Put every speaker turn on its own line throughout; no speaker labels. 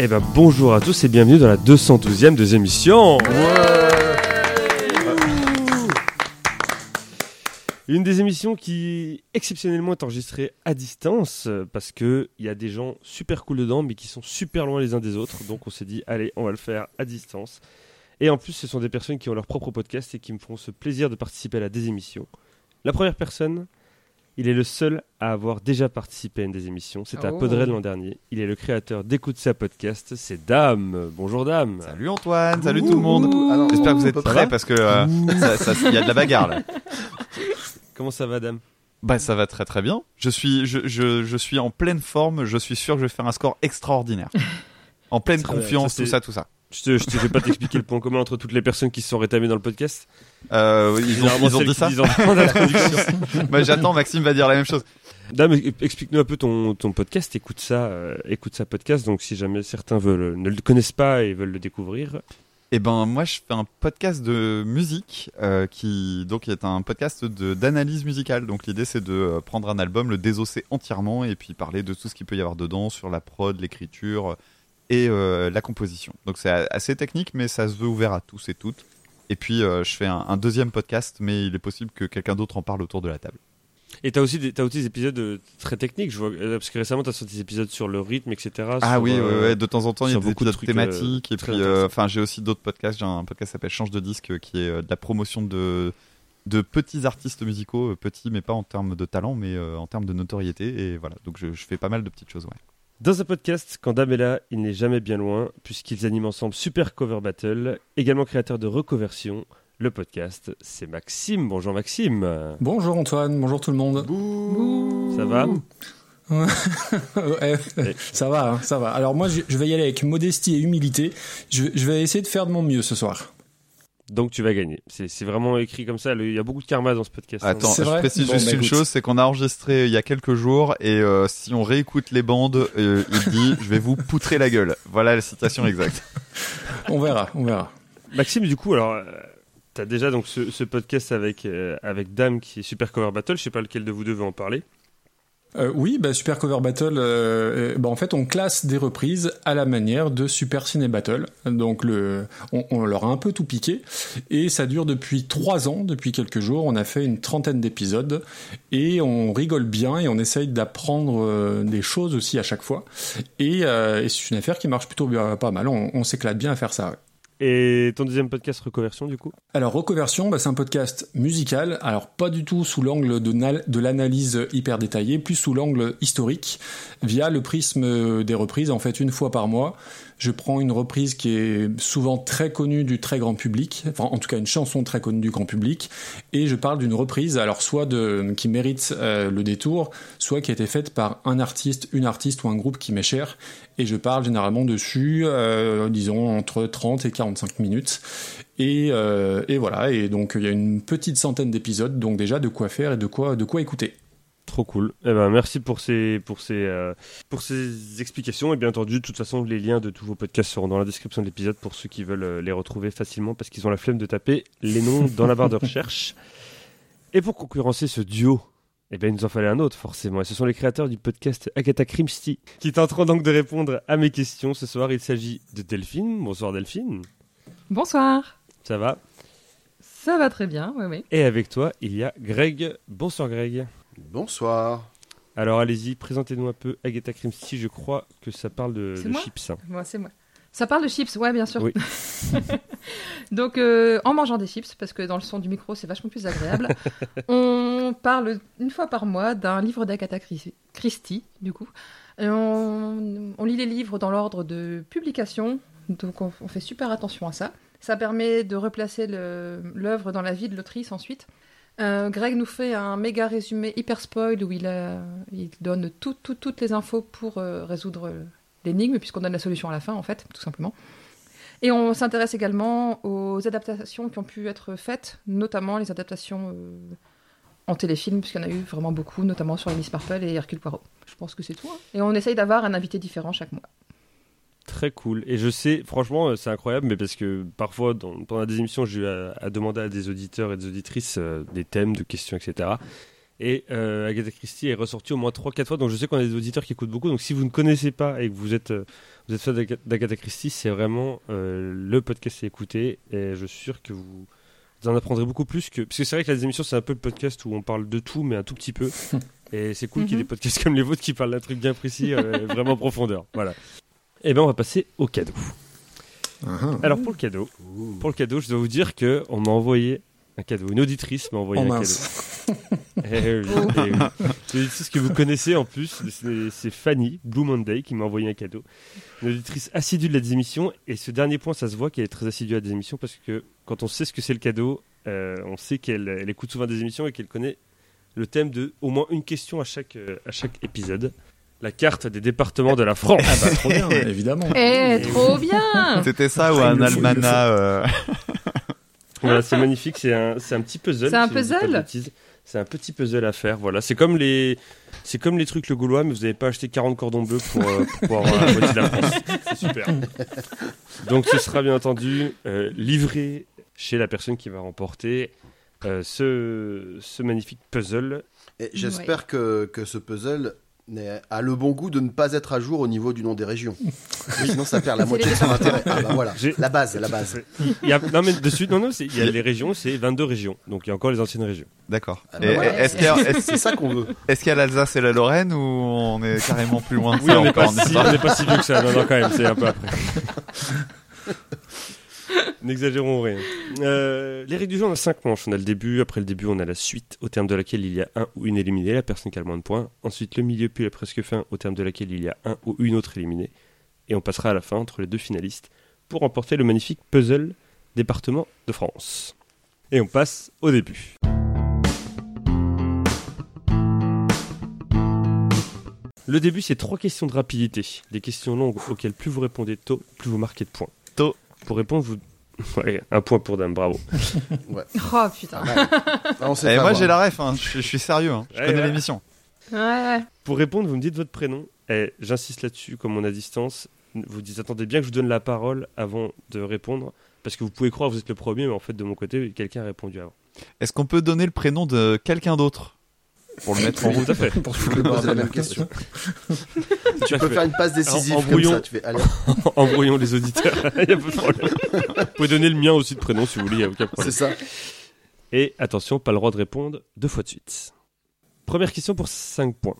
Eh ben bonjour à tous et bienvenue dans la 212e des émissions. Une des émissions qui exceptionnellement est enregistrée à distance euh, parce que il y a des gens super cool dedans mais qui sont super loin les uns des autres. Donc on s'est dit allez, on va le faire à distance. Et en plus, ce sont des personnes qui ont leur propre podcast et qui me font ce plaisir de participer à la des émissions. La première personne, il est le seul à avoir déjà participé à une des émissions. C'est à
Oh.
Podred l'an dernier. Il est le créateur d'Écoute sa podcast. C'est Dame. Bonjour Dame.
Salut Antoine, salut tout le monde. J'espère que vous êtes prêts parce que euh, ça- ça- il y a de la bagarre là.
Comment ça va Dame
Bah ça va très très bien. Je suis, je, je- je suis en pleine forme. Je suis sûr que je vais faire un score extraordinaire. En pleine
Ça,
confiance,
ça,
tout
c'est-
ça, tout ça.
Je te, je te- je vais pas t'expliquer le point commun entre toutes les personnes qui se sont rétamées dans le podcast.
Euh, ils, ont,
Généralement,
ils ont
celles
dit
qui
ça.
disent en point d'introduction.
Bah, J'attends, Maxime va dire la même chose.
Dame, explique-nous un peu ton, ton podcast. Écoute ça, euh, écoute ça podcast. Donc, si jamais certains veulent, ne le connaissent pas et veulent le découvrir,
Eh ben moi je fais un podcast de musique euh, qui donc est un podcast de d'analyse musicale. Donc l'idée c'est de euh, prendre un album, le désosser entièrement et puis parler de tout ce qu'il peut y avoir dedans sur la prod, l'écriture et euh, la composition. Donc c'est a- assez technique mais ça se veut ouvert à tous et toutes. Et puis euh, je fais un, un deuxième podcast mais il est possible que quelqu'un d'autre en parle autour de la table.
et t'as aussi des, t'as aussi des épisodes euh, très techniques. Je vois, euh, parce que récemment, t'as sorti des épisodes sur le rythme, etc.
Ah
sur,
oui,
euh,
ouais, ouais, de temps en temps il y a
sur
des
beaucoup de
épisodes
trucs, euh,
thématiques et
très
puis euh,
intéressants.
enfin j'ai aussi d'autres podcasts. J'ai un podcast qui s'appelle Change de disque euh, qui est euh, de la promotion de de petits artistes musicaux, euh, petits mais pas en termes de talent, mais euh, en termes de notoriété et voilà. Donc je, je fais pas mal de petites choses. Ouais.
Dans un podcast, quand Dame est là, il n'est jamais bien loin, puisqu'ils animent ensemble Super Cover Battle, également créateur de Reconversion. Le podcast, c'est Maxime. Bonjour Maxime.
Bonjour Antoine, bonjour tout le monde.
Ça va
Euh, eh, ça va, hein, ça va. Alors moi, je, je vais y aller avec modestie et humilité. Je, je vais essayer de faire de mon mieux ce soir.
Donc tu vas gagner. C'est c'est vraiment écrit comme ça. Le- Il y a beaucoup de karma dans ce podcast. hein.
Attends,
C'est
je
vrai
précise
Bon,
juste
bah,
une
écoute.
chose, c'est qu'on a enregistré euh, il y a quelques jours et euh, si on réécoute les bandes, euh, il dit je vais vous poutrer la gueule. Voilà la citation exacte.
On verra, on verra.
Maxime, du coup, alors, tu as déjà donc ce, ce podcast avec, euh, avec Dame qui est Super Cover Battle. Je sais pas lequel de vous deux veut en parler.
Euh, oui, bah, Super Cover Battle. euh, euh, bah, en fait, on classe des reprises à la manière de Super Ciné Battle. Donc, le, on, on leur a un peu tout piqué, et ça dure depuis trois ans. Depuis quelques jours, on a fait une trentaine d'épisodes, et on rigole bien et on essaye d'apprendre euh, des choses aussi à chaque fois. Et, euh, et c'est une affaire qui marche plutôt bien, pas mal. On, on s'éclate bien à faire ça. ouais.
Et ton deuxième podcast, Reconversion, du coup
Alors Reconversion, bah, c'est un podcast musical, alors pas du tout sous l'angle de, nal- de l'analyse hyper détaillée, plus sous l'angle historique, via le prisme euh, des reprises, en fait une fois par mois. Je prends une reprise qui est souvent très connue du très grand public, enfin en tout cas une chanson très connue du grand public, et je parle d'une reprise, alors soit de, qui mérite euh, le détour, soit qui a été faite par un artiste, une artiste ou un groupe qui m'est cher, et je parle généralement dessus, euh, disons entre 30 et 45 minutes. Et, euh, et voilà, et donc il y a une petite centaine d'épisodes, donc déjà de quoi faire et de quoi, de quoi écouter.
Trop cool. Eh ben, merci pour ces, pour, ces, euh, pour ces explications. Et bien entendu, de toute façon, les liens de tous vos podcasts seront dans la description de l'épisode pour ceux qui veulent euh, les retrouver facilement parce qu'ils ont la flemme de taper les noms dans la barre de recherche. Et pour concurrencer ce duo, eh bien, il nous en fallait un autre, forcément. Et ce sont les créateurs du podcast Agatha Christie qui tenteront donc de répondre à mes questions ce soir. Il s'agit de Delphine. Bonsoir Delphine.
Bonsoir.
Ça va
Ça va très bien, oui, oui.
Et avec toi, il y a Greg. Bonsoir Greg.
Bonsoir.
Alors allez-y, présentez-nous un peu Agatha Christie. Je crois que ça parle de,
C'est
de
moi
chips. hein.
Moi, c'est moi. Ça parle de chips, ouais, bien sûr.
Oui.
Donc, euh, en mangeant des chips, parce que dans le son du micro, c'est vachement plus agréable, on parle une fois par mois d'un livre d'Agatha Chris- Christie, du coup. Et on, on lit les livres dans l'ordre de publication, donc on, on fait super attention à ça. Ça permet de replacer le- l'œuvre dans la vie de l'autrice ensuite. Euh, Greg nous fait un méga résumé hyper spoil où il, a- il donne tout- tout- toutes les infos pour euh, résoudre le- l'énigme, puisqu'on donne la solution à la fin, en fait, tout simplement. Et on s'intéresse également aux adaptations qui ont pu être faites, notamment les adaptations euh, en téléfilm, puisqu'il y en a eu vraiment beaucoup, notamment sur Miss Marple et Hercule Poirot. Je pense que c'est tout. hein. Et on essaye d'avoir un invité différent chaque mois.
Très cool. Et je sais, franchement, euh, c'est incroyable, mais parce que parfois, dans- pendant des émissions, j'ai eu à, à demander à des auditeurs et des auditrices euh, des thèmes, de questions, etc. Et euh, Agatha Christie est ressortie au moins 3-4 fois. Donc je sais qu'on a des auditeurs qui écoutent beaucoup. Donc si vous ne connaissez pas et que vous êtes, euh, vous êtes fan d'Ag- d'Agatha Christie, c'est vraiment euh, le podcast à écouter. Et je suis sûr que vous, vous en apprendrez beaucoup plus que. Parce que c'est vrai que les émissions, c'est un peu le podcast où on parle de tout, mais un tout petit peu. Et c'est cool qu'il y ait des podcasts comme les vôtres qui parlent d'un truc bien précis, euh, vraiment en profondeur. Voilà. Et bien on va passer au cadeau.
Ah, ah.
Alors pour le cadeau, pour le cadeau, je dois vous dire que on m'a envoyé un cadeau. Une auditrice m'a envoyé
Oh
un
mince.
cadeau. Eh oui, eh oui. Une auditrice que vous connaissez en plus, c'est- c'est Fanny Blue Monday qui m'a envoyé un cadeau. Une auditrice assidue de la démission. Et ce dernier point, ça se voit qu'elle est très assidue à la démission parce que quand on sait ce que c'est le cadeau, euh, on sait qu'elle elle écoute souvent des émissions et qu'elle connaît le thème de au moins une question à chaque, euh, à chaque épisode. La carte des départements de la France.
Bah, trop bien, évidemment.
Eh, trop bien
C'était ça ou
Ah, il le
un
faut, il le
almanach euh,
Voilà, c'est magnifique, c'est un, c'est un petit puzzle.
C'est un
si je dis pas de
puzzle
bêtises. C'est un petit puzzle à faire, voilà. C'est comme les, c'est comme les trucs le Gaulois, mais vous n'avez pas acheté 40 cordons bleus pour, euh, pour pouvoir avoir la moitié de la France. C'est super. Donc ce sera bien entendu euh, livré chez la personne qui va remporter euh, ce, ce magnifique puzzle.
Et j'espère que, que ce puzzle n'est- a le bon goût de ne pas être à jour au niveau du nom des régions. Sinon, ça perd la
C'est
moitié de
les
son intérêt. Ah bah voilà,
J'ai-
la base, la base.
Il y a, non mais dessus, non non, c'est- il y a les régions, c'est 22 régions, donc il y a encore les anciennes régions.
D'accord.
Ah,
Et-
bah
et-
ouais.
Est-ce qu'il y a- est-ce-
C'est ça qu'on veut.
est-ce qu'il y a l'Alsace et la Lorraine ou on est carrément plus loin que
Oui,
ça
on n'est
encore
pas,
en
si,
Alsace
on n'est pas si vieux que ça. Non, non, quand même, c'est un peu après. N'exagérons rien. Euh, les règles du jeu, on a 5 manches. On a le début, après le début, on a la suite, au terme de laquelle il y a un ou une éliminée, la personne qui a le moins de points. Ensuite, le milieu, puis la presque fin, au terme de laquelle il y a un ou une autre éliminée. Et on passera à la fin entre les deux finalistes pour remporter le magnifique puzzle département de France. Et on passe au début. Le début, c'est trois questions de rapidité. Des questions longues auxquelles plus vous répondez tôt, plus vous marquez de points.
Tôt.
Pour répondre, vous. Ouais, un point pour Dame, bravo.
Oh
Ah,
putain.
ouais. Ah, on sait
Eh,
Et
pas,
moi
moi.
j'ai la ref, hein. je, je suis sérieux, hein. je
Ouais,
connais
ouais.
l'émission.
Ouais, ouais.
Pour répondre, vous me dites votre prénom. Et j'insiste là-dessus, comme on a distance, vous dites attendez bien que je vous donne la parole avant de répondre. Parce que vous pouvez croire que vous êtes le premier, mais en fait, de mon côté, quelqu'un a répondu avant.
Est-ce qu'on peut donner le prénom de quelqu'un d'autre pour le mettre en route
Tout à fait.
Pour foutre
Je
le
me posais la
bordel.
même question.
Tout à
Tu peux
fait.
faire une passe décisive
En- en
comme
brouillon.
ça. Tu fais, allez,
Embrouillons les auditeurs. Il y a pas de problème. Vous pouvez donner le mien aussi de prénom si vous voulez, il n'y a aucun problème.
c'est ça.
Et attention, pas le droit de répondre deux fois de suite. Première question pour 5 points.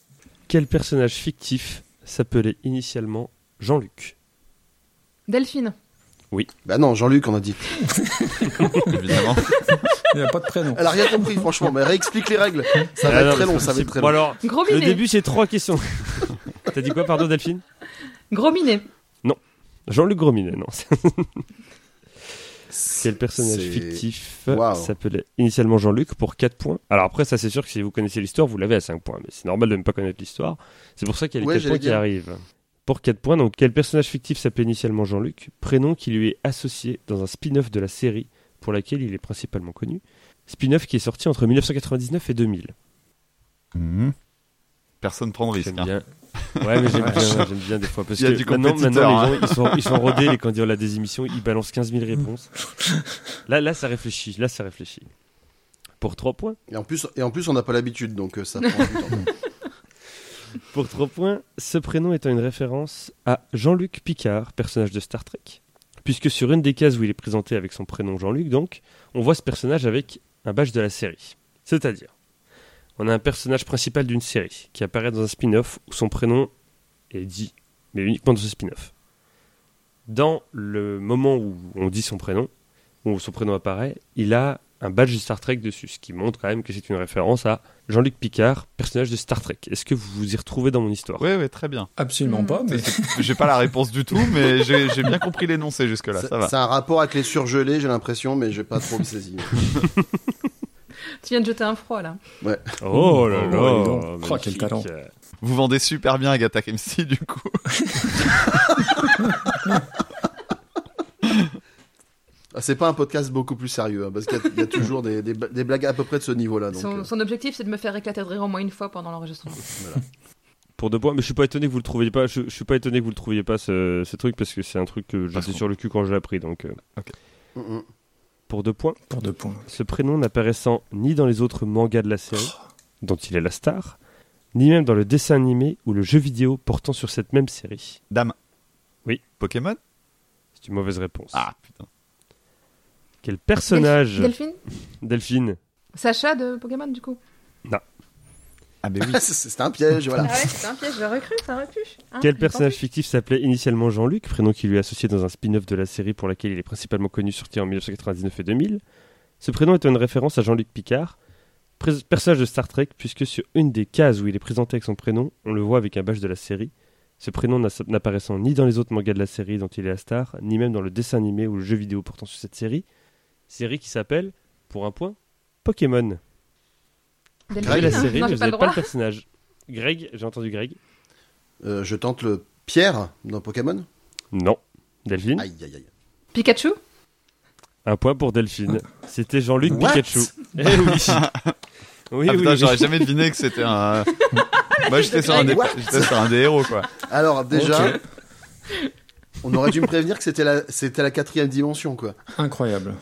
Quel personnage fictif s'appelait initialement Jean-Luc
Delphine.
Bah non, Jean-Luc, on a dit.
évidemment
Il n'y a pas de prénom.
Elle a rien compris, franchement, mais réexplique les règles. Ça va
Ah
être
non,
très
mais
long,
c'est
ça va
possible.
être très
Bon
long.
alors,
Gros
le
minet.
début c'est trois questions. T'as dit quoi, pardon Delphine
Gros minet.
Jean-Luc Grominet, non. Quel personnage
C'est-
fictif
Waouh.
s'appelait initialement Jean-Luc pour 4 points Alors après, ça c'est sûr que si vous connaissez l'histoire, vous l'avez à 5 points, mais c'est normal de ne pas connaître l'histoire. C'est pour ça qu'il y a les
Ouais,
4
j'allais
points qui
dire.
arrivent. Pour 4 points, donc quel personnage fictif s'appelait initialement Jean-Luc Prénom qui lui est associé dans un spin-off de la série pour laquelle il est principalement connu. Spin-off qui est sorti entre 1999 et 2000.
Mhm. Personne prend de risque.
J'aime
hein.
bien. Ouais, mais j'aime bien, j'aime bien des fois. Parce
Il y a
que
du
maintenant,
compétiteur, hein.
maintenant, les gens, ils sont, ils sont rodés, les candidats à des émissions, ils balancent 15 000 réponses. Là, là, ça réfléchit, là, ça réfléchit. Pour 3 points.
Et en plus, et en plus on n'a pas l'habitude, donc euh, ça prend du temps.
Pour 3 points, ce prénom étant une référence à Jean-Luc Picard, personnage de Star Trek. Puisque sur une des cases où il est présenté avec son prénom Jean-Luc, donc, on voit ce personnage avec un badge de la série. C'est-à-dire, on a un personnage principal d'une série qui apparaît dans un spin-off où son prénom est dit, mais uniquement dans ce spin-off. Dans le moment où on dit son prénom, où son prénom apparaît, il a un badge de Star Trek dessus, ce qui montre quand même que c'est une référence à Jean-Luc Picard, personnage de Star Trek. Est-ce que vous vous y retrouvez dans mon histoire
Oui, oui, très bien.
Absolument
Mm.
pas, mais
J'ai pas la réponse du tout, mais j'ai j'ai bien compris l'énoncé jusque-là, ça, va.
C'est un rapport avec les surgelés, j'ai l'impression, mais j'ai pas trop me saisi.
Tu viens de jeter un froid là.
Oh là
Oh,
là
dis donc. Oh, quel
magnifique.
talent.
Vous vendez super bien Agatha Christie, du coup.
Ah, C'est pas un podcast beaucoup plus sérieux, hein, parce qu'il y a- il y, a toujours des, des bla- des blagues à peu près de ce niveau-là. Donc,
son,
euh,
son objectif, c'est de me faire éclater de rire au moins une fois pendant l'enregistrement.
Pour deux points, mais je suis pas étonné que vous le trouviez pas. Je, je suis pas étonné que vous le trouviez pas ce, ce truc parce que c'est un truc que
Parce
j'étais
qu'on-
sur le cul quand je l'ai appris. Donc euh,
mm, mm.
pour deux points,
pour deux points.
Oh.
ce prénom n'apparaissant ni dans les autres mangas de la série dont il est la star, ni même dans le dessin animé ou le jeu vidéo portant sur cette même série
Dame.
Oui.
Pokémon
C'est une mauvaise réponse.
Ah putain.
Quel personnage
Delphine
Delphine
Sacha de Pokémon, du coup.
Ah ben oui.
C'était un piège, voilà.
Ah ouais, c'est un piège, je l'aurais cru, ça aurait pu. Hein,
Quel
mais
personnage
tant
fictif s'appelait initialement Jean-Luc, prénom qui lui est associé dans un spin-off de la série pour laquelle il est principalement connu sorti en 1999 et 2000 Ce prénom est une référence à Jean-Luc Picard, pré- personnage de Star Trek, puisque sur une des cases où il est présenté avec son prénom, on le voit avec un badge de la série. Ce prénom n'a- n'apparaissant ni dans les autres mangas de la série dont il est la star, ni même dans le dessin animé ou le jeu vidéo portant sur cette série. Série qui s'appelle, pour un point, Pokémon.
pis.
Vous avez
Delphine,
la
hein.
série,
non,
mais
j'ai
vous
pas
n'avez
le
pas
droit.
le personnage. Greg, j'ai entendu Greg.
Euh, je tente le Pierre dans Pokémon.
Non. Delphine
Aïe, aïe, aïe.
Pikachu
Un point pour Delphine. C'était Jean-Luc
What
Pikachu. Eh oui. Oui,
Ah
oui,
putain,
oui.
j'aurais jamais deviné que c'était un. Moi, j'étais sur, un des...
What
j'étais sur un des héros, quoi.
Alors, déjà,
Ok.
on aurait dû me prévenir que c'était la, c'était la quatrième dimension, quoi.
Incroyable.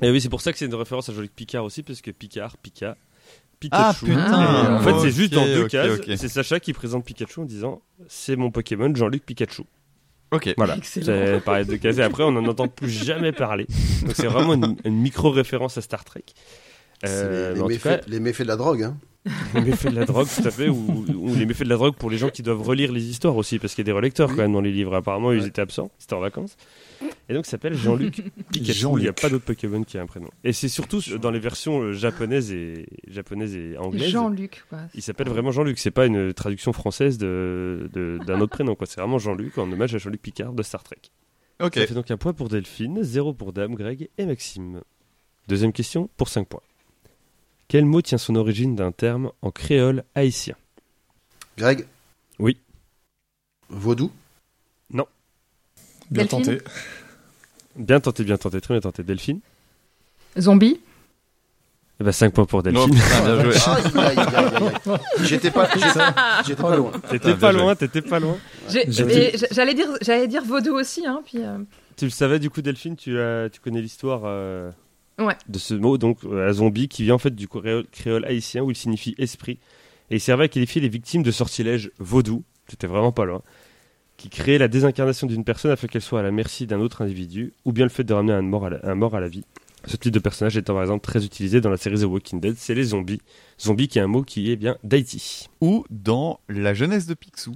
Eh oui, c'est pour ça que c'est une référence à Jean-Luc Picard aussi, parce que Picard, Pika, Pikachu.
Ah, putain.
Et en fait, c'est juste dans
Ok,
deux
ok,
cases.
ok.
C'est Sacha qui présente Pikachu en disant C'est mon Pokémon, Jean-Luc Pikachu.
Ok.
Voilà.
Excellent.
C'est pareil de cases. Et après, on n'en entend plus jamais parler. Donc, c'est vraiment une, une micro-référence à Star Trek.
C'est
Euh,
les,
mais
les
en tout cas,
méfaits, les méfaits de la drogue, hein.
les méfaits de la drogue, tout à fait, ou, ou les méfaits de la drogue pour les gens qui doivent relire les histoires aussi, parce qu'il y a des relecteurs quand même dans les livres. Apparemment, ils
Ouais.
étaient absents, c'était en vacances. Et donc, ça s'appelle Jean-Luc Pikachu.
Jean-Luc.
Il n'y a pas d'autre Pokémon qui a un prénom. Et c'est surtout dans les versions euh, japonaises et, japonaises et anglaises.
Jean-Luc, quoi.
Il s'appelle vraiment Jean-Luc. C'est pas une traduction française de, de- d'un autre prénom, quoi. C'est vraiment Jean-Luc en hommage à Jean-Luc Picard de Star Trek.
Ok.
Ça fait donc un point pour Delphine, zéro pour Dame, Greg et Maxime. Deuxième question pour 5 points. Quel mot tient son origine d'un terme en créole haïtien
Greg
Oui.
Vaudou
Bien
Delphine.
tenté.
Bien tenté, bien tenté, très bien tenté. Delphine
Zombie
Eh 5 points pour
Non,
Delphine.
putain, bien joué.
Aïe, aïe, aïe, aïe, aïe. J'étais pas, j'étais- j'étais pas loin.
T'étais
Ah,
pas
bien
loin, t'étais pas loin.
J'ai-
J'ai-
mais j'- J'allais dire, j'allais dire vaudou aussi, hein, puis... euh,
Tu le savais du coup, Delphine, tu, as- tu connais l'histoire euh,
Ouais.
de ce mot, donc euh, la zombie, qui vient en fait du créole, créole haïtien où il signifie esprit. Et il servait à qualifier les victimes de sortilèges vaudous, t'étais vraiment pas loin, qui créaient la désincarnation d'une personne afin qu'elle soit à la merci d'un autre individu, ou bien le fait de ramener un mort à la, un mort à la vie. Ce type de personnage étant par exemple très utilisé dans la série The Walking Dead, c'est les zombies. Zombie qui est un mot qui est bien d'Haïti.
Ou dans La jeunesse de Picsou.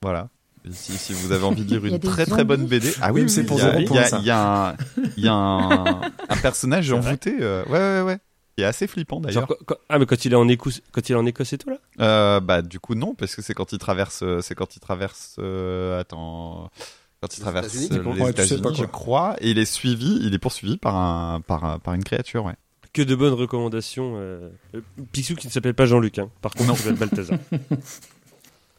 Voilà. Si, si vous avez envie de lire
Il y a
une
des
très très
zombies.
bonne BD. Ah
Oui, mais c'est pour
il y a-
zéro
il y
point,
a-
ça.
Il y a un, il y a un, un personnage
vrai
envoûté. euh, ouais, ouais, ouais. Il est assez flippant
Genre,
d'ailleurs.
quand- quand- ah mais quand il est en Écosse, quand il est en Écosse et tout là
Euh, bah du coup non parce que c'est quand il traverse euh, c'est quand il traverse euh, attends quand il
Les
traverse
États-Unis,
euh,
tu
les
comprends, tu sais
États-Unis
pas quoi.
je crois et il est suivi il est poursuivi par un par un- par une créature ouais
Que de bonnes recommandations. euh, euh, Picsou qui ne s'appelle pas Jean-Luc, hein. par contre, il s'appelle Balthazar.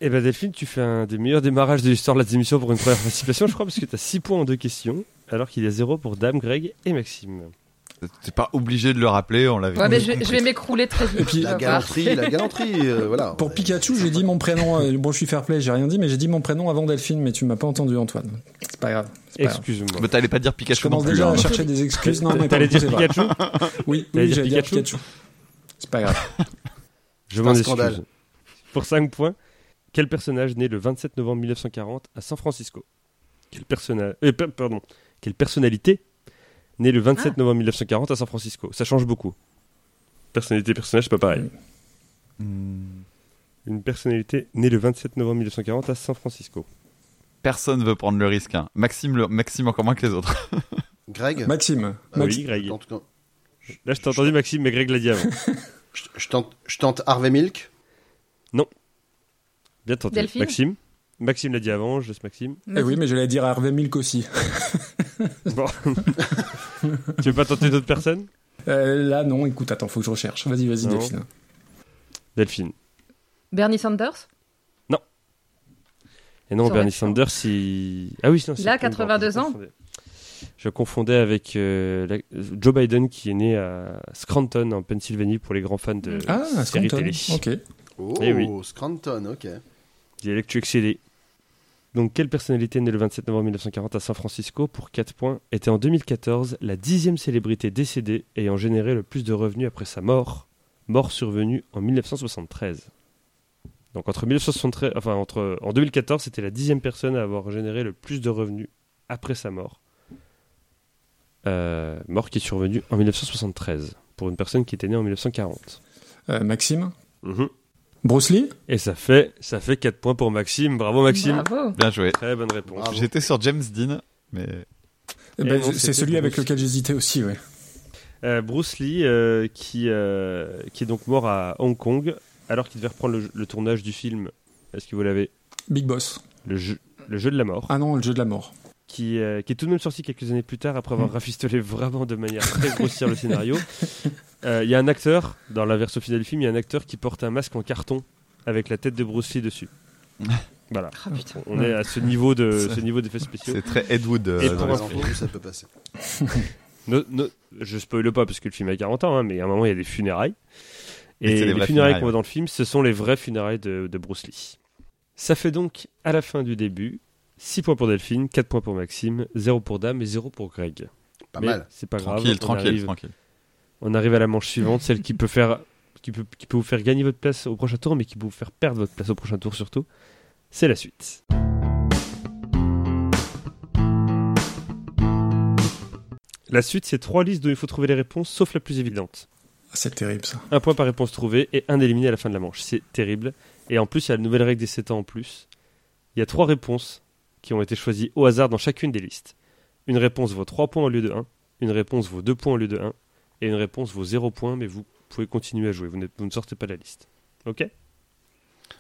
Eh ben Delphine, tu fais un des meilleurs démarrages de l'histoire de la émission pour une première participation, je crois, parce que tu as 6 points en deux questions, alors qu'il y a 0 pour Dame, Greg et Maxime.
t'es pas obligé de le rappeler on l'avait
Ouais, mais je,
compris.
je vais m'écrouler très vite.
puis,
tu
La
vas voir.
galanterie, la galanterie, euh, voilà.
Pour
Ouais.
Pikachu, j'ai dit mon prénom. euh, Bon, je suis fair play, j'ai rien dit, mais j'ai dit mon prénom avant Delphine, mais tu m'as pas entendu, Antoine. C'est pas grave. c'est pas grave. Bah,
Excuse-moi.
mais t'allais pas dire
Je
Pikachu non
commence
plus
déjà
hein.
à chercher des excuses. Non, mais
T'allais
pardon,
dire
c'est pas-
Pikachu
Oui,
T'allais
oui,
dire
j'allais dire
Pikachu Bah
Pikachu. C'est pas grave.
Je m'en
un scandale.
excuse. Pour 5 points, quel personnage né le 27 novembre 1940 à San Francisco Quel personnage euh, pe- Pardon. Quelle personnalité née le 27 novembre 1940 à San Francisco Ça change beaucoup. Personnalité, personnage, c'est pas pareil.
Hmm.
Une personnalité née le 27 novembre 1940 à San Francisco.
personne veut prendre le risque hein. Maxime le- Maxime encore moins que les autres
Greg
Maxime.
Ah
Maxime.
oui, Greg.
tente- tente-
Là, je t'ai entendu Maxime, mais Greg l'a dit avant.
je, je tente, je tente Harvey Milk.
Bien tenté.
Delphine
Maxime Maxime l'a dit avant, je laisse Maxime.
Eh oui, mais j'allais dire Hervé Milk aussi.
Bon. tu veux pas tenter d'autres personnes
Euh, là, non, écoute, attends, faut que je recherche. Vas-y, vas-y,
Non.
Delphine.
Delphine.
Bernie Sanders
Et non,
Ça aurait
Bernie
pu faire.
Sanders, il... Ah oui, non, c'est
Il a
Trump,
82
pardon,
ans.
Je confondais, Je confondais avec euh, la- Joe Biden qui est né à Scranton, en Pennsylvanie, pour les grands fans de
Ah,
séries
Scranton.
télé.
Ok.
Oh,
Eh oui.
Scranton, ok.
Il est lectu excellé. Donc, quelle personnalité née le 27 novembre 1940 à San Francisco pour 4 points était en 2014 la dixième célébrité décédée ayant généré le plus de revenus après sa mort mort survenue en 1973. Donc entre 1973, enfin entre en 2014, c'était la dixième personne à avoir généré le plus de revenus après sa mort. Euh, mort qui est survenue en 1973 pour une personne qui était née en 1940.
Euh, Maxime
Mhm.
Bruce Lee
Et ça fait ça fait 4 points pour Maxime. Bravo Maxime.
Bravo. Oh,
Bien joué.
Très bonne réponse.
Bravo.
J'étais sur James Dean, mais
Eh
Eh
ben,
non,
C'est
c'était
celui avec
Bruce.
lequel j'hésitais aussi, ouais.
Euh, Bruce Lee, euh, qui, euh, qui est donc mort à Hong Kong, alors qu'il devait reprendre le, le tournage du film, est-ce que vous l'avez
Big Boss.
le jeu, le jeu de la mort,
Ah non, le jeu de la mort.
qui, euh, qui est tout de même sorti quelques années plus tard, après avoir
Mm.
rafistolé vraiment de manière très grossière le scénario. Euh, Il y a un acteur, dans la version finale du film, il y a un acteur qui porte un masque en carton avec la tête de Bruce Lee dessus. voilà.
Ah, putain.
On est à ce niveau de
C'est-
ce niveau d'effets spéciaux.
c'est très Ed Wood. euh,
Et
dans
pour
Par
les
un
enfants.
exemple, ça peut passer.
No- no- je spoile pas parce que le film a 40 ans, hein, mais à un moment il y a des funérailles. Et
Et c'est les
les,
vraies
funérailles,
funérailles,
qu'on voit dans le film, ce sont les vraies funérailles de, de Bruce Lee. Ça fait donc à la fin du début 6 points pour Delphine, 4 points pour Maxime, 0 pour Dame et 0 pour Greg.
Pas
mais
mal.
C'est pas grave.
Tranquille,
on
tranquille,
arrive-
tranquille.
on arrive à la manche suivante, celle qui peut faire qui peut, qui peut vous faire gagner votre place au prochain tour, mais qui peut vous faire perdre votre place au prochain tour surtout. C'est la suite. La suite, c'est trois listes dont il faut trouver les réponses, sauf la plus évidente.
Ah, C'est terrible ça.
Un point par réponse trouvée et un éliminé à la fin de la manche. C'est terrible. Et en plus, il y a la nouvelle règle des 7 ans en plus. Il y a trois réponses qui ont été choisies au hasard dans chacune des listes. Une réponse vaut 3 points au lieu de 1, une réponse vaut 2 points au lieu de 1, et une réponse vaut 0 points, mais vous pouvez continuer à jouer, vous, n'êtes- vous ne sortez pas de la liste. Ok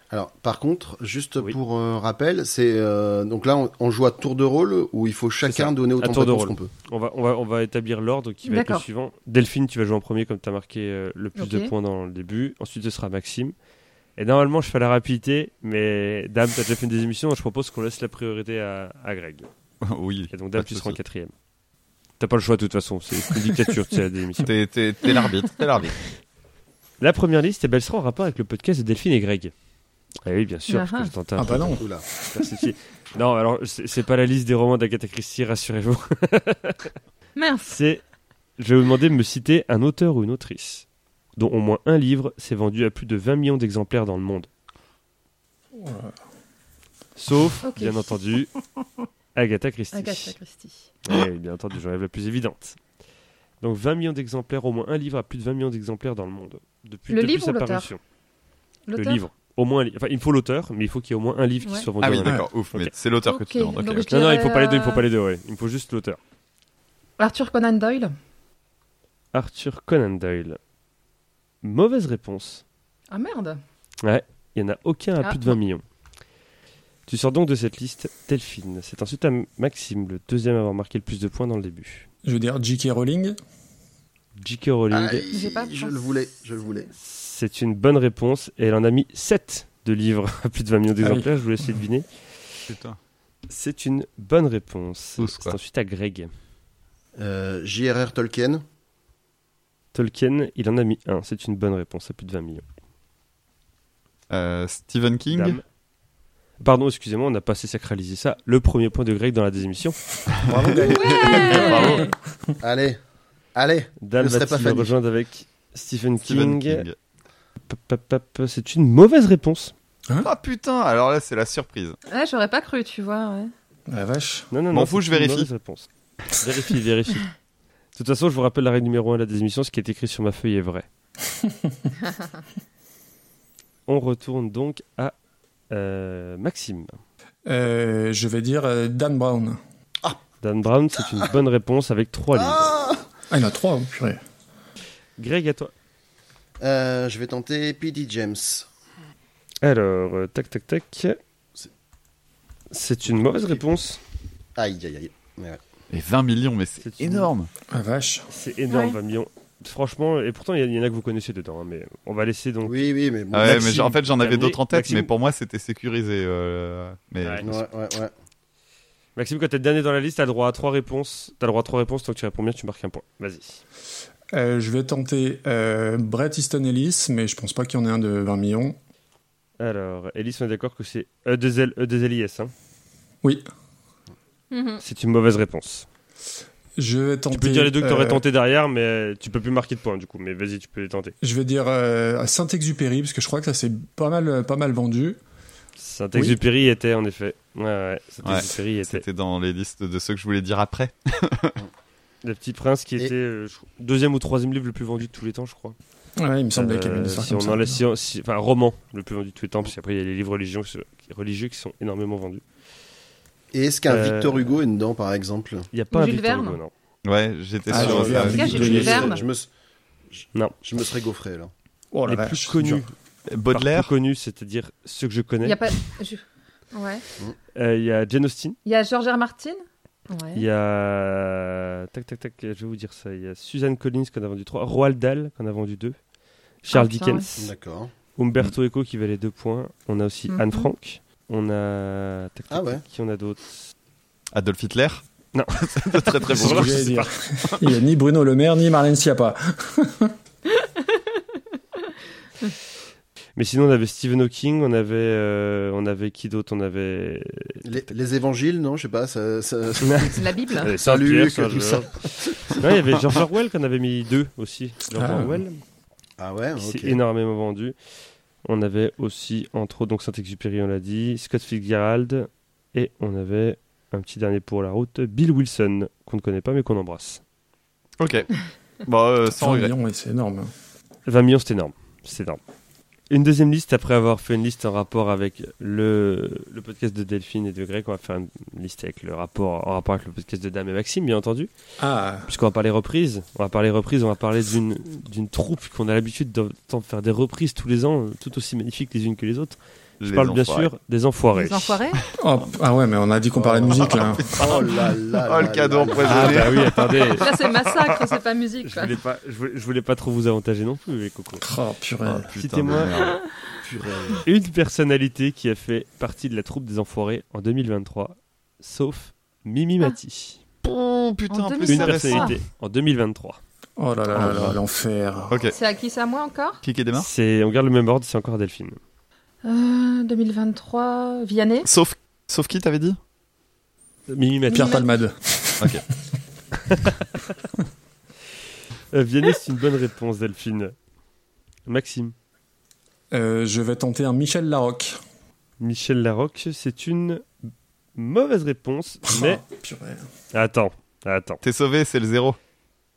Alors, par contre, juste
Oui.
pour euh, rappel, c'est euh, donc là on, on joue à tour de rôle où il faut
ça.
chacun donner autant de
tour de
réponses
rôle.
qu'on peut.
on va, on va, on va établir l'ordre qui va être le
D'accord.
suivant. Delphine, tu vas jouer en premier comme tu as marqué euh, le plus de
Ok.
points dans le début. Ensuite, ce sera Maxime. Et normalement, je fais la rapidité, mais Dame, tu as déjà fait une des émissions, je propose qu'on laisse la priorité à- à Greg.
oui.
Et donc Dame,
Pas de
tu seras en
souci.
quatrième. T'as pas le choix de toute façon, c'est une dictature, tu sais, des émissions.
T'es t'es- t'es l'arbitre, t'es l'arbitre.
Ah La première liste, eh ben, elle sera en rapport avec le podcast de Delphine et Greg. Ah oui, bien sûr,
Ah
parce que
ah.
j'ai tenté un
Ah
truc
bah non.
Oula.
diversifié. Non, alors, c'est c'est pas la liste des romans d'Agatha Christie, rassurez-vous.
Mince.
C'est, je vais vous demander de me citer un auteur ou une autrice, dont au moins un livre s'est vendu à plus de 20 millions d'exemplaires dans le monde. Sauf,
Ok.
bien entendu, Agatha Christie.
Agatha Christie.
Ouais, bien entendu, j'enlève la plus évidente. Donc 20 millions d'exemplaires, au moins un livre à plus de 20 millions d'exemplaires dans le monde. Depuis,
Le
depuis
livre
sa
ou l'auteur
parution. Le
L'auteur
livre. Au moins, un li- enfin, il me faut l'auteur, mais il faut qu'il y ait au moins un livre
Ouais.
qui soit vendu.
Ah
en
oui,
ligne.
d'accord, ouf,
Ok.
mais c'est l'auteur que tu
Ok,
demandes. ok,
donc
ok.
je
Non, non,
dirais,
il faut pas les deux, il faut
euh,
pas les deux, ouais. Il me faut juste l'auteur.
Arthur Conan Doyle.
Arthur Conan Doyle. Mauvaise réponse.
Ah merde.
Il n'y en a aucun à
Ah.
plus de 20 millions. Tu sors donc de cette liste Delphine. C'est ensuite à Maxime, le deuxième à avoir marqué le plus de points dans le début.
Je veux dire, J.K. Rowling
J.K. Rowling.
Aïe,
J'ai pas
je
pensé.
le voulais, je le voulais.
C'est une bonne réponse et elle en a mis 7 de livres à plus de 20 millions
oui.
d'exemplaires, je vous laisse deviner.
Putain.
C'est une bonne réponse.
Tous,
C'est
quoi.
ensuite à Greg.
Euh, J.R.R. Tolkien.
Tolkien, il en a mis 1, c'est une bonne réponse à plus de 20 millions.
Euh, Stephen King
Dame. Pardon, excusez-moi, on n'a pas assez sacralisé ça. Le premier point de Greg dans la désémission.
Bravo, Greg.
Bravo.
Allez, allez.
Dame
Je serais
va
pas
t
fan.
rejoindre avec Stephen
Stephen
King.
King.
Pop, pop, pop. C'est une mauvaise réponse.
Ah putain, alors là c'est la surprise.
Ouais, j'aurais pas cru, tu vois. ouais.
Ah, La vache.
Non, non,
M'en
non.
fous,
c'est
je
une
vérifie.
mauvaise réponse. Vérifie, vérifie. De toute façon, je vous rappelle la règle numéro 1 de la désémission ce qui est écrit sur ma feuille est vrai. On retourne donc à euh, Maxime.
Euh, je vais dire euh, Dan Brown.
Dan Brown, c'est une bonne réponse avec 3 livres.
Ah, il y en a
oh,
trois, purée.
Greg, à toi.
Euh, je vais tenter P.D. James.
Alors, euh, tac, tac, tac. C'est une mauvaise réponse.
Aïe, aïe, aïe. Ouais.
Et 20 millions, mais c'est
C'est une-
énorme.
Ah, La vache.
C'est énorme,
Ouais.
20 millions. Franchement, et pourtant, il y, en- il y en a que vous connaissez dedans. hein, mais on va laisser donc.
Oui, oui, mais bon.
Ah ouais,
Maxime.
mais j'en- en fait j'en avais
Terminé.
d'autres en tête,
Maxime.
mais pour moi c'était sécurisé. euh, mais
Ouais.
Ouais, ouais, ouais.
Maxime, quand t'es le dernier dans la liste, t'as le droit à 3 réponses. T'as le droit à 3 réponses. Tant que tu réponds bien, tu marques un point. Vas-y.
Euh, je vais tenter euh, Brett Easton Ellis, mais je pense pas qu'il y en ait un de 20 millions.
Alors, Elise, on est d'accord que c'est E
Mm.
E2L, E2LIS. hein
Oui.
Mhm.
c'est une mauvaise réponse.
Je vais tenter.
Tu peux dire les deux que t'aurais
euh,
tenté derrière, mais euh, tu peux plus marquer de points du coup. Mais vas-y, tu peux les tenter.
Je vais dire euh, à Saint-Exupéry parce que je crois que ça s'est pas mal, pas mal vendu.
Saint-Exupéry était en effet. Ouais, ouais. Saint-Exupéry était.
C'était dans les listes de ceux que je voulais dire après.
Le Petit Prince qui
Et-
était euh, je crois, deuxième ou troisième livre le plus vendu de tous les temps, je crois.
Ouais, il me semblait qu'il y avait une
Euh,
histoire
si
comme
on
ça.
enlève- si on- si- enfin, roman le plus vendu de tous les temps, parce qu'après il y a les livres religieux, qui sont- religieux qui sont énormément vendus.
Et est-ce qu'un
Euh,
Victor Hugo est dedans, par exemple
Il n'y a pas un
Jules
Victor
Verne
Hugo, non.
Ouais, j'étais
Ah,
sûr. euh,
j'ai
ça.
vu un
gars,
je,
j'ai lu
me
Verne.
serais- je me s- je-
Non.
je me serais gaufré là.
Oh, la
les
vache,
plus
c'est
connus,
dur.
par plus
Baudelaire,
connus, c'est-à-dire ceux que je
Il
connais.
y a
Euh,
pas. je- Ouais.
Il y a Jane Austen,
Il y a George R. Martin. Ouais.
il y a tac tac tac, je vais vous dire ça. Il y a Suzanne Collins qu'on a vendu 3, Roald Dahl qu'on a vendu 2, Charles
Ah, putain,
Dickens,
D'accord.
Umberto Eco qui valait 2 points. On a aussi
Mhm.
Anne Frank. On a tac, tac,
Ah ouais.
tac, qui on a d'autres.
Adolf Hitler.
Non.
c'est de très très
C'est ce
bon.
que j'allais dire. Il n'y a ni Bruno Le Maire ni Marlène Schiappa.
Mais sinon on avait Stephen Hawking, on avait euh, on avait qui d'autre On avait
Les, les évangiles, non Je sais pas. Ça, ça-
La Bible.
Euh, Saint-Pierre,
Saint-Pierre, Saint-Luc, tout ça.
Saint-Jean. Non, il y avait George Orwell qu'on avait mis deux aussi. George
Ah.
Orwell,
Ah ouais,
qui
ok.
s'est énormément vendu. On avait aussi, entre autres, donc Saint-Exupéry, on l'a dit, Scott Fitzgerald, et on avait un petit dernier pour la route, Bill Wilson, qu'on ne connaît pas mais qu'on embrasse.
Ok. Bon, euh, sans
100
regret.
millions, oui, c'est énorme.
20 millions, c'est énorme. C'est énorme. Une deuxième liste, après avoir fait une liste en rapport avec le, le podcast de Delphine et de Greg, on va faire une liste avec le rapport, en rapport avec le podcast de Dame et Maxime, bien entendu.
Ah,
Puisqu'on va parler reprises, on va parler reprises, on va parler d'une d'une troupe qu'on a l'habitude d'entendre faire des reprises tous les ans, euh, tout aussi magnifiques les unes que les autres. Je
Les
parle bien
enfoirés.
sûr des enfoirés.
Les enfoirés.
Oh, ah ouais, mais on a dit qu'on parlait de musique là.
Oh là là.
Oh, le
là
cadeau
là là.
empoisonné.
Ah bah oui, attendez,
Là, c'est massacre, c'est pas musique.
je
Quoi.
voulais pas, je voulais, je voulais pas trop vous avantager non plus, les cocos.
Oh purée.
Ah, putain de
Citez-moi.
merde.
Ah, purée.
Une personnalité qui a fait partie de la troupe des enfoirés en 2023, sauf Mimi Mati.
Oh putain,
En
en plus
Une
c'est récent.
personnalité en 2023.
Oh là là là là, l'enfer.
Ok.
C'est à qui C'est à moi encore
Qui qui démarre
C'est, on garde le même ordre, c'est encore Delphine.
Euh, 2023, Vianney.
Sauf, sauf qui t'avais dit
Mimi Mati.
Pierre Palmade.
Euh, Vianney, c'est une bonne réponse, Delphine. Maxime.
Euh, je vais tenter un Michel Larocque.
Michel Larocque, c'est une mauvaise réponse,
Ah.
mais
Oh, purée.
attends, attends.
T'es sauvé, c'est le zéro.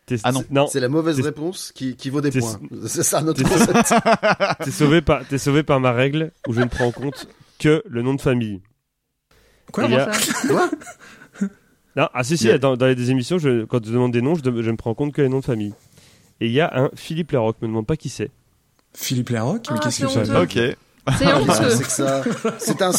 T'es,
Ah non.
non,
C'est la mauvaise
T'es-
réponse qui, qui vaut des
T'es-
points. C'est ça notre
T'es-
concept.
t'es sauvé par, t'es sauvé par ma règle où je ne prends en compte que le nom de famille.
Quoi
Il y a-
Comment ça
Non, ah si si,
Il y a-
dans, dans les deux émissions, je, quand je demande des noms, je, dem- je ne prends en compte que les noms de famille. Et il y a un Philippe Larocque, me demande pas qui c'est.
Philippe Larocque Mais
Ah,
qu'est-ce
c'est
que ça
honteux.
Ok.
C'est
Qu'est-ce que
honteux.
C'est que ça. C'est un
C'est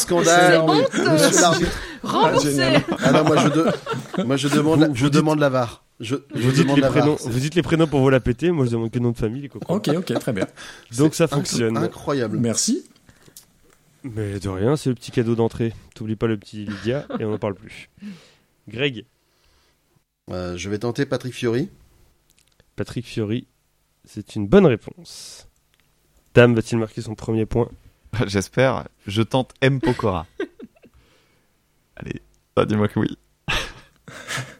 scandale. Monsieur
honteux.
l'arbitre.
Remboursé.
génial.
Ah non, moi je, de- moi, je demande, la...
Vous-
je
vous
demande la VAR. Je, je
Vous dites,
demande
les
la VAR.
prénoms,
C'est-
vous dites les prénoms pour vous la péter, moi je demande que le nom de famille, les cocos.
Ok, ok, très bien.
Donc ça
c'est
fonctionne.
inc- Incroyable.
Merci.
Mais de rien, c'est le petit cadeau d'entrée. T'oublies pas le petit Lydia et on n'en parle plus. Greg,
Euh, je vais tenter Patrick Fiori.
Patrick Fiori, c'est une bonne réponse. Dame va-t-il marquer son premier point
J'espère. Je tente M. Pokora. Allez, ah, dis-moi que oui.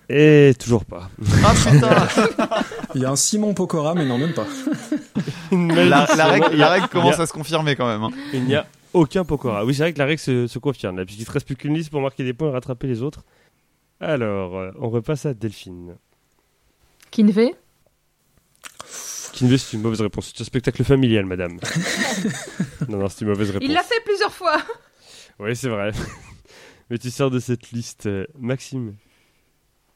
Et toujours pas.
Ah putain
Il y a un Simon Pokora, mais non, même pas.
la, la règle, la règle
Il
commence
y a-
à se confirmer quand même. hein.
Il n'y a aucun Pokora. Oui, c'est vrai que la règle se, se confirme, là, puisqu'il ne te reste plus qu'une liste pour marquer des points et rattraper les autres. Alors, euh, on repasse à Delphine.
Kinvey.
Kinvey, c'est une mauvaise réponse. C'est un spectacle familial, madame. non, non, c'est une mauvaise réponse.
Il l'a fait plusieurs fois.
Oui, c'est vrai. Mais tu sors de cette liste, euh, Maxime.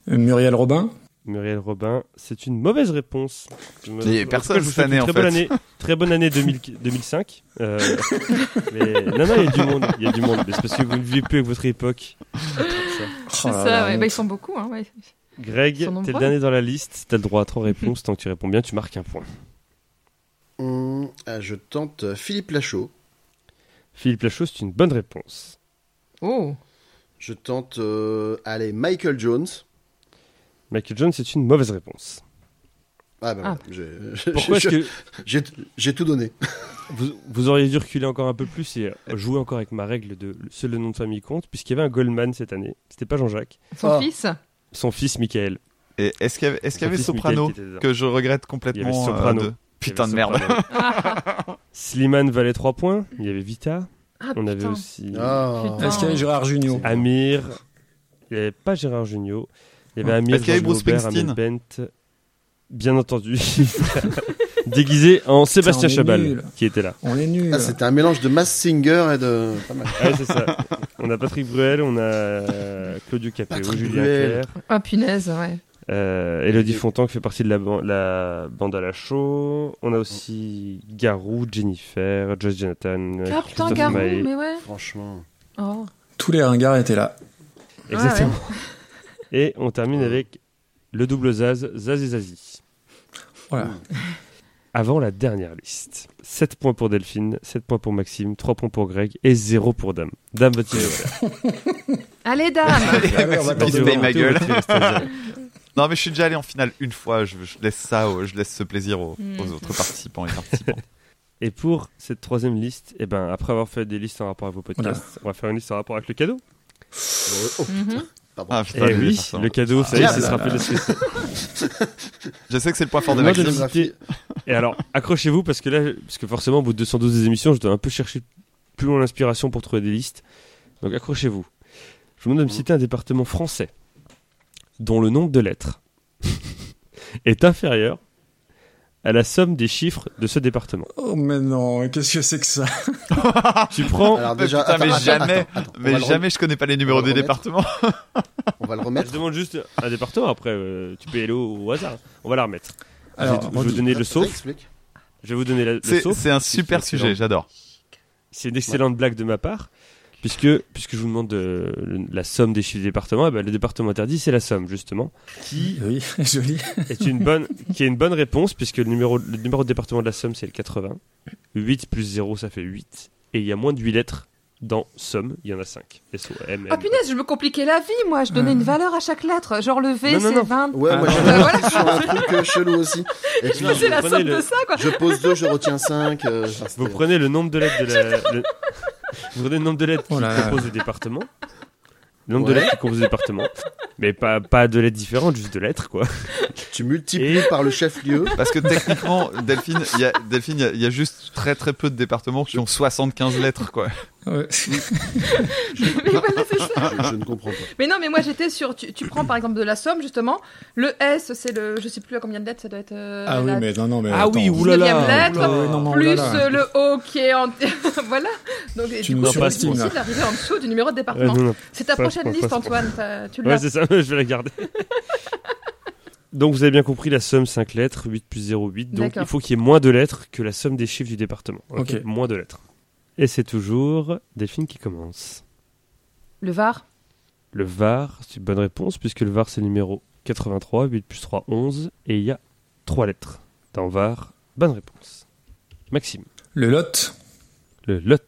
Euh, Muriel Robin.
Muriel Robin, c'est une mauvaise réponse. Je me-
Il y a
en tout
personne
cas, je vous
cette
souhaite une
année, en
très bonne
fait.
année, très bonne année 2000 2005. euh, mais- non, non, il y a du monde, il y a du monde. Mais c'est parce que vous ne vivez plus avec votre époque.
Oh
C'est
là
ça,
là,
ouais.
honte.
Bah, ils sont beaucoup. Hein, ouais.
Greg,
Ils sont
t'es le
nombreux.
dernier dans la liste. T'as le droit à trois réponses. Tant que tu réponds bien, tu marques un point.
Hum, ah, je tente euh, Philippe Lachaud.
Philippe Lachaud, c'est une bonne réponse.
Oh.
Je tente, euh, allez, Michael Jones.
Michael Jones, c'est une mauvaise réponse.
Ah ben
Ah.
voilà, j'ai-
Pourquoi est-ce
j'ai-
que
j'ai j'ai tout donné.
vous, vous auriez dû reculer encore un peu plus et euh, jouer encore avec ma règle de seul le nom de famille compte, puisqu'il y avait un Goldman cette année. C'était pas Jean-Jacques.
Son
Ah.
fils.
Son fils, Michael.
Et est-ce qu'il y avait, est-ce qu'il y avait
Son fils
Soprano
Michael qui était dedans.
que je regrette
Il y avait
complètement
Soprano.
euh, de-
Il y avait
Putain de merde.
Soprano. Slimane valait 3 points. Il y avait Vita.
Ah,
On avait
putain.
aussi
Ah.
Putain.
Est-ce qu'il y avait Gérard Junior
Ah. Amir. Il n'y avait pas Gérard Jugnot. Il y avait
Ouais.
Amir,
Ah. Est-ce qu'il y avait
Jean-Louis
Bruce
Aubert,
Springsteen
Amel Bent. Bien entendu. Déguisé en Sébastien
on est
Chabal,
nuls.
qui était là.
On est nuls.
Ah, c'était un mélange de Mass Singer et de. Pas mal.
Ah Ouais, c'est ça. On a Patrick Bruel, on a euh, Claudio Capéo,
Patrick
Julien
Bruel.
Clerc.
Ah, punaise, ouais.
Euh, Elodie Fontan qui fait partie de la, ban- la bande à la show. On a aussi Garou, Jennifer, Josh Jonathan,
Ah, putain,
Christophe
Garou,
Maé.
mais ouais.
Franchement.
Oh.
Tous les ringards étaient
Ah,
là.
Exactement. Et on termine avec le double Zaz, Zaz et Zazie.
Voilà.
Avant la dernière liste. 7 points pour Delphine, 7 points pour Maxime, 3 points pour Greg et 0 pour Dame. Dame va tirer.
Allez, dame
bah,
Allez, on va
Maxime,
continuer.
paye ma gueule.
gueule.
Non, mais je suis déjà allé en finale une fois. Je, je laisse ça, au- je laisse ce plaisir aux, aux autres participants et
Eh
participantes.
Et pour cette troisième liste, eh ben, après avoir fait des listes en rapport à vos podcasts, on va faire une liste en rapport avec le cadeau.
Oh,
Mhm.
pardon.
Ah putain,
eh
j'ai
oui,
fait ça.
le cadeau, ça y est,
Ah,
ce
là,
sera
là.
plus de suite.
Je sais que c'est le point fort de
Moi,
Maxime.
je- Et alors, accrochez-vous parce que là, parce que forcément, au bout de 212 des émissions, je dois un peu chercher plus loin l'inspiration pour trouver des listes. Donc, accrochez-vous. Je vous demande de me citer un département français dont le nombre de lettres est inférieur à la somme des chiffres de ce département.
Oh, mais non, qu'est-ce que c'est que ça
Tu prends.
Alors
Mais
déjà,
putain,
attends,
mais
attends,
jamais,
attends, attends. On va
Mais
le
jamais je connais pas les numéros
On va
des
le
départements.
remettre, On va le
Je
remettre.
demande juste un département. Après, euh, tu peux y aller au, au hasard. On va la remettre.
Alors,
je vais, je vais
Roddy.
vous donner le
Ça
sauf.
explique.
Je vais vous donner la- le
C'est
sauf.
c'est un super
excellent.
sujet, j'adore.
C'est une excellente blague de ma part, puisque, puisque je vous demande euh, le- la somme des chiffres du département, eh ben, le département interdit, c'est la somme, justement, qui
Oui, joli.
est, une bonne, qui est une bonne réponse, puisque le numéro, le numéro de département de la somme, c'est le 80. 8 plus 0, ça fait 8. Et il y a moins de 8 lettres dans somme, il y en a 5. S-O-M.
Ah, punaise, je me compliquais la vie, moi. Je donnais une valeur à chaque lettre. Genre, le V,
Non, non,
c'est
non.
20.
Ouais,
Ah,
moi
non.
j'avais
Bah, voilà.
l'impression sur un truc euh, chelou aussi. Et puis,
Non,
C'est la
vous
somme
prenez le-
de ça, quoi.
je pose 2, je retiens euh, 5.
Vous prenez le nombre de lettres de la. le- Vous prenez le nombre de lettres qui
Oh là là.
composent le département. Le nombre de
Ouais.
lettres qui composent le département. Mais pas, pas de lettres différentes, juste de lettres, quoi.
Tu multiplies
Et-
par le chef-lieu.
Parce que techniquement, Delphine, il y a, Delphine, il y a- il y a juste très très peu de départements qui ont 75 lettres, quoi.
Ouais.
Mais voilà, c'est ça.
Je je ne comprends pas.
Mais non, mais moi j'étais sur. Tu, tu prends par exemple de la somme, justement. Le S, c'est le. Je sais plus à combien de lettres ça doit être. euh,
Ah oui,
la-
mais non, non, mais.
Ah oui,
attends.
oulala.
Dix-neuvième lettre,
Ouais, non, non,
Plus
oulala.
euh, le O qui est en. voilà. Donc, et
Tu
du
nous
coup, c'est
surestimes,
difficile
là.
d'arriver en dessous du numéro de
Euh,
département.
non, non,
c'est ta
Passe,
prochaine
passe,
liste,
passe.
Antoine. t'as- Tu
Ouais,
l'as.
c'est ça, je vais la garder. donc vous avez bien compris, la somme 5 lettres, 8 plus 0, 8. Donc
D'accord.
il faut qu'il y ait moins de lettres que la somme des chiffres du département.
Ok.
Moins de lettres. Et c'est toujours Delphine qui commence.
le VAR.
Le VAR, c'est une bonne réponse, puisque le VAR c'est le numéro 83, 8 plus 3, 11. Et il y a 3 lettres dans VAR. Bonne réponse. Maxime.
Le lot.
Le LOT.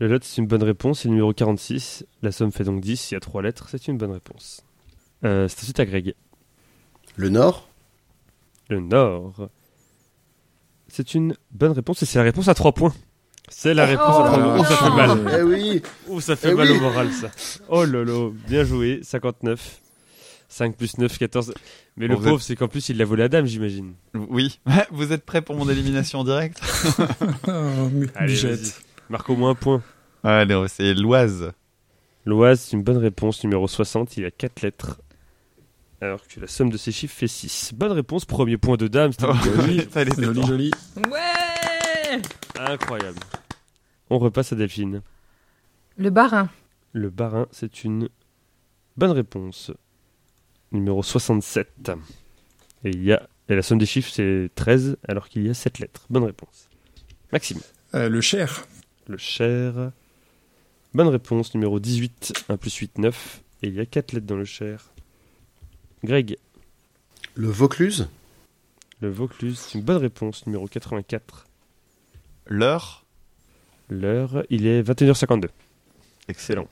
Le LOT c'est une bonne réponse, c'est le numéro 46. La somme fait donc 10, il y a 3 lettres, c'est une bonne réponse. Euh, c'est ensuite à Greg.
Le Nord
Le Nord. C'est une bonne réponse et c'est la réponse à 3 points. C'est la réponse à 3 points.
Oh,
Ouh, ça fait
non.
Ah, mal.
Eh oui
Ouh, ça fait
Eh
mal
oui.
au moral ça. Oh lolo, bien joué, 59. 5 plus 9, 14. Mais
Bon,
le
vous
pauvre, c'est qu'en plus, il l'a volé à dame, j'imagine.
Oui. Vous êtes prêts pour mon élimination directe
Oh, mu-
Allez, vas-y.
Bugette.
Marque au moins un point.
Allez, on va essayer l'Oise.
L'Oise, c'est une bonne réponse, numéro 60, il a 4 lettres. Alors que la somme de ces chiffres fait 6. Bonne réponse, premier point de dame. c'était
Oh,
bien joué.
putain, elle était
Joli,
forte.
joli.
Ouais
Incroyable. On repasse à Delphine.
Le Barin.
Le barin, c'est une bonne réponse. Numéro 67. Et, il y a... et la somme des chiffres, c'est 13, alors qu'il y a 7 lettres. Bonne réponse. Maxime.
Euh, le cher.
Le cher. Bonne réponse. Numéro 18. 1 plus 8, 9. Et il y a 4 lettres dans le cher. Greg.
Le Vaucluse
Le Vaucluse, c'est une bonne réponse. Numéro 84.
L'heure.
L'heure, il est 21h52. Excellent.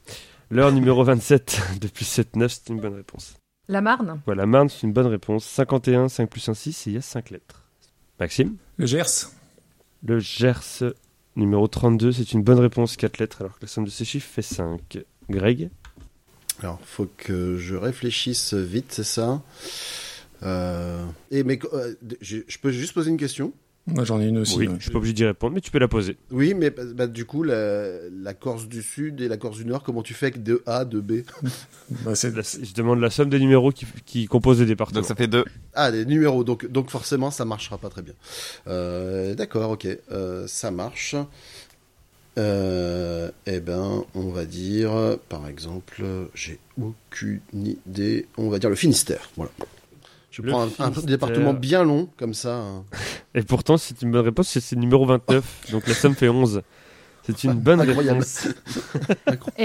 L'heure numéro 27. Depuis 7-9, c'est une bonne réponse.
La Marne.
Voilà, Marne, c'est une bonne réponse. 51, 5 plus 1, 6, et il y a 5 lettres. Maxime
Le Gers.
Le Gers, numéro 32, c'est une bonne réponse, 4 lettres, alors que la somme de ces chiffres fait 5. Greg
Alors, faut que je réfléchisse vite, c'est ça Euh, et mais euh, je je peux juste poser une question.
Moi, J'en ai une aussi.
Oui,
ouais.
je suis pas obligé d'y répondre, mais tu peux la poser.
Oui, mais bah, bah, du coup, la, la Corse du Sud et la Corse du Nord, comment tu fais avec 2 A, 2 B
Bah, c'est-
La- je demande la somme des numéros qui, qui composent les départements.
Donc ça fait deux.
Ah, des numéros, donc, donc forcément, ça marchera pas très bien. Euh, D'accord, ok, euh, ça marche. Euh, eh ben, on va dire, par exemple, j'ai aucune idée, on va dire le Finistère, voilà. Je
Le
prends un- un,
Finistère.
département bien long, comme ça. hein.
Et pourtant, c'est une bonne réponse, c'est- c'est numéro 29, donc la somme fait 11. C'est une bonne
Oh. Incroyable.
réponse.
Incro-
Et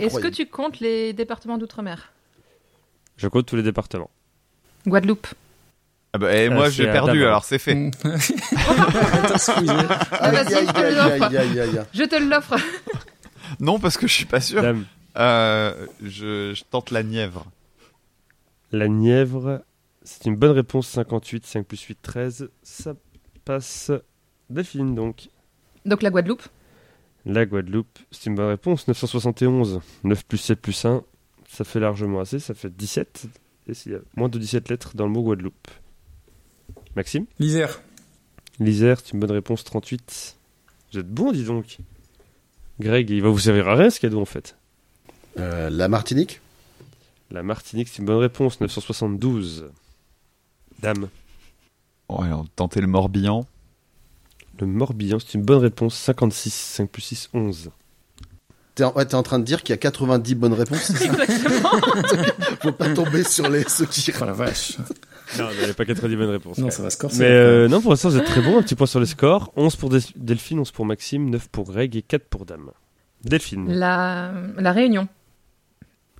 est-ce que
incroyable.
tu comptes les départements d'outre-mer
Je compte tous les départements.
Guadeloupe.
Ah bah, et
Ah,
moi
c'est
j'ai
à
perdu,
Damas.
alors c'est fait.
Mm. T'as squeezé.
Ah, vas-y,
Aïe,
je te
aïe,
l'offre.
aïe, aïe, aïe, aïe.
Je te l'offre.
Non, parce que je suis pas sûr.
Dame,
Euh, je, je tente la Nièvre.
la Nièvre, c'est une bonne réponse, 58, 5 plus 8, 13. Ça passe. Delphine, donc.
Donc la Guadeloupe.
La Guadeloupe, c'est une bonne réponse, 971. 9 plus 7 plus 1, ça fait largement assez, ça fait 17. Et s'il y a moins de 17 lettres dans le mot Guadeloupe. Maxime
L'Isère.
L'Isère, c'est une bonne réponse, 38. Vous êtes bon, dis donc. Greg, il va vous servir à rien ce cadeau en fait.
Euh, la Martinique
La Martinique, c'est une bonne réponse, 972. Dame.
Ouais, on tentait le Morbihan.
Le Morbihan, c'est une bonne réponse, 56. 5 plus 6, 11.
T'es en, ouais, t'es en train de dire qu'il y a 90 bonnes réponses
Exactement.
Faut pas tomber sur les ceux qui
Oh la vache.
Non, il n'y avait pas 90 bonnes réponses.
Non, ça va se corser.
Mais euh, non, pour l'instant, vous êtes très bon. Un petit point sur les scores. 11 pour Des- Delphine, 11 pour Maxime, 9 pour Greg et 4 pour Dame. Delphine.
Mm. la, la Réunion.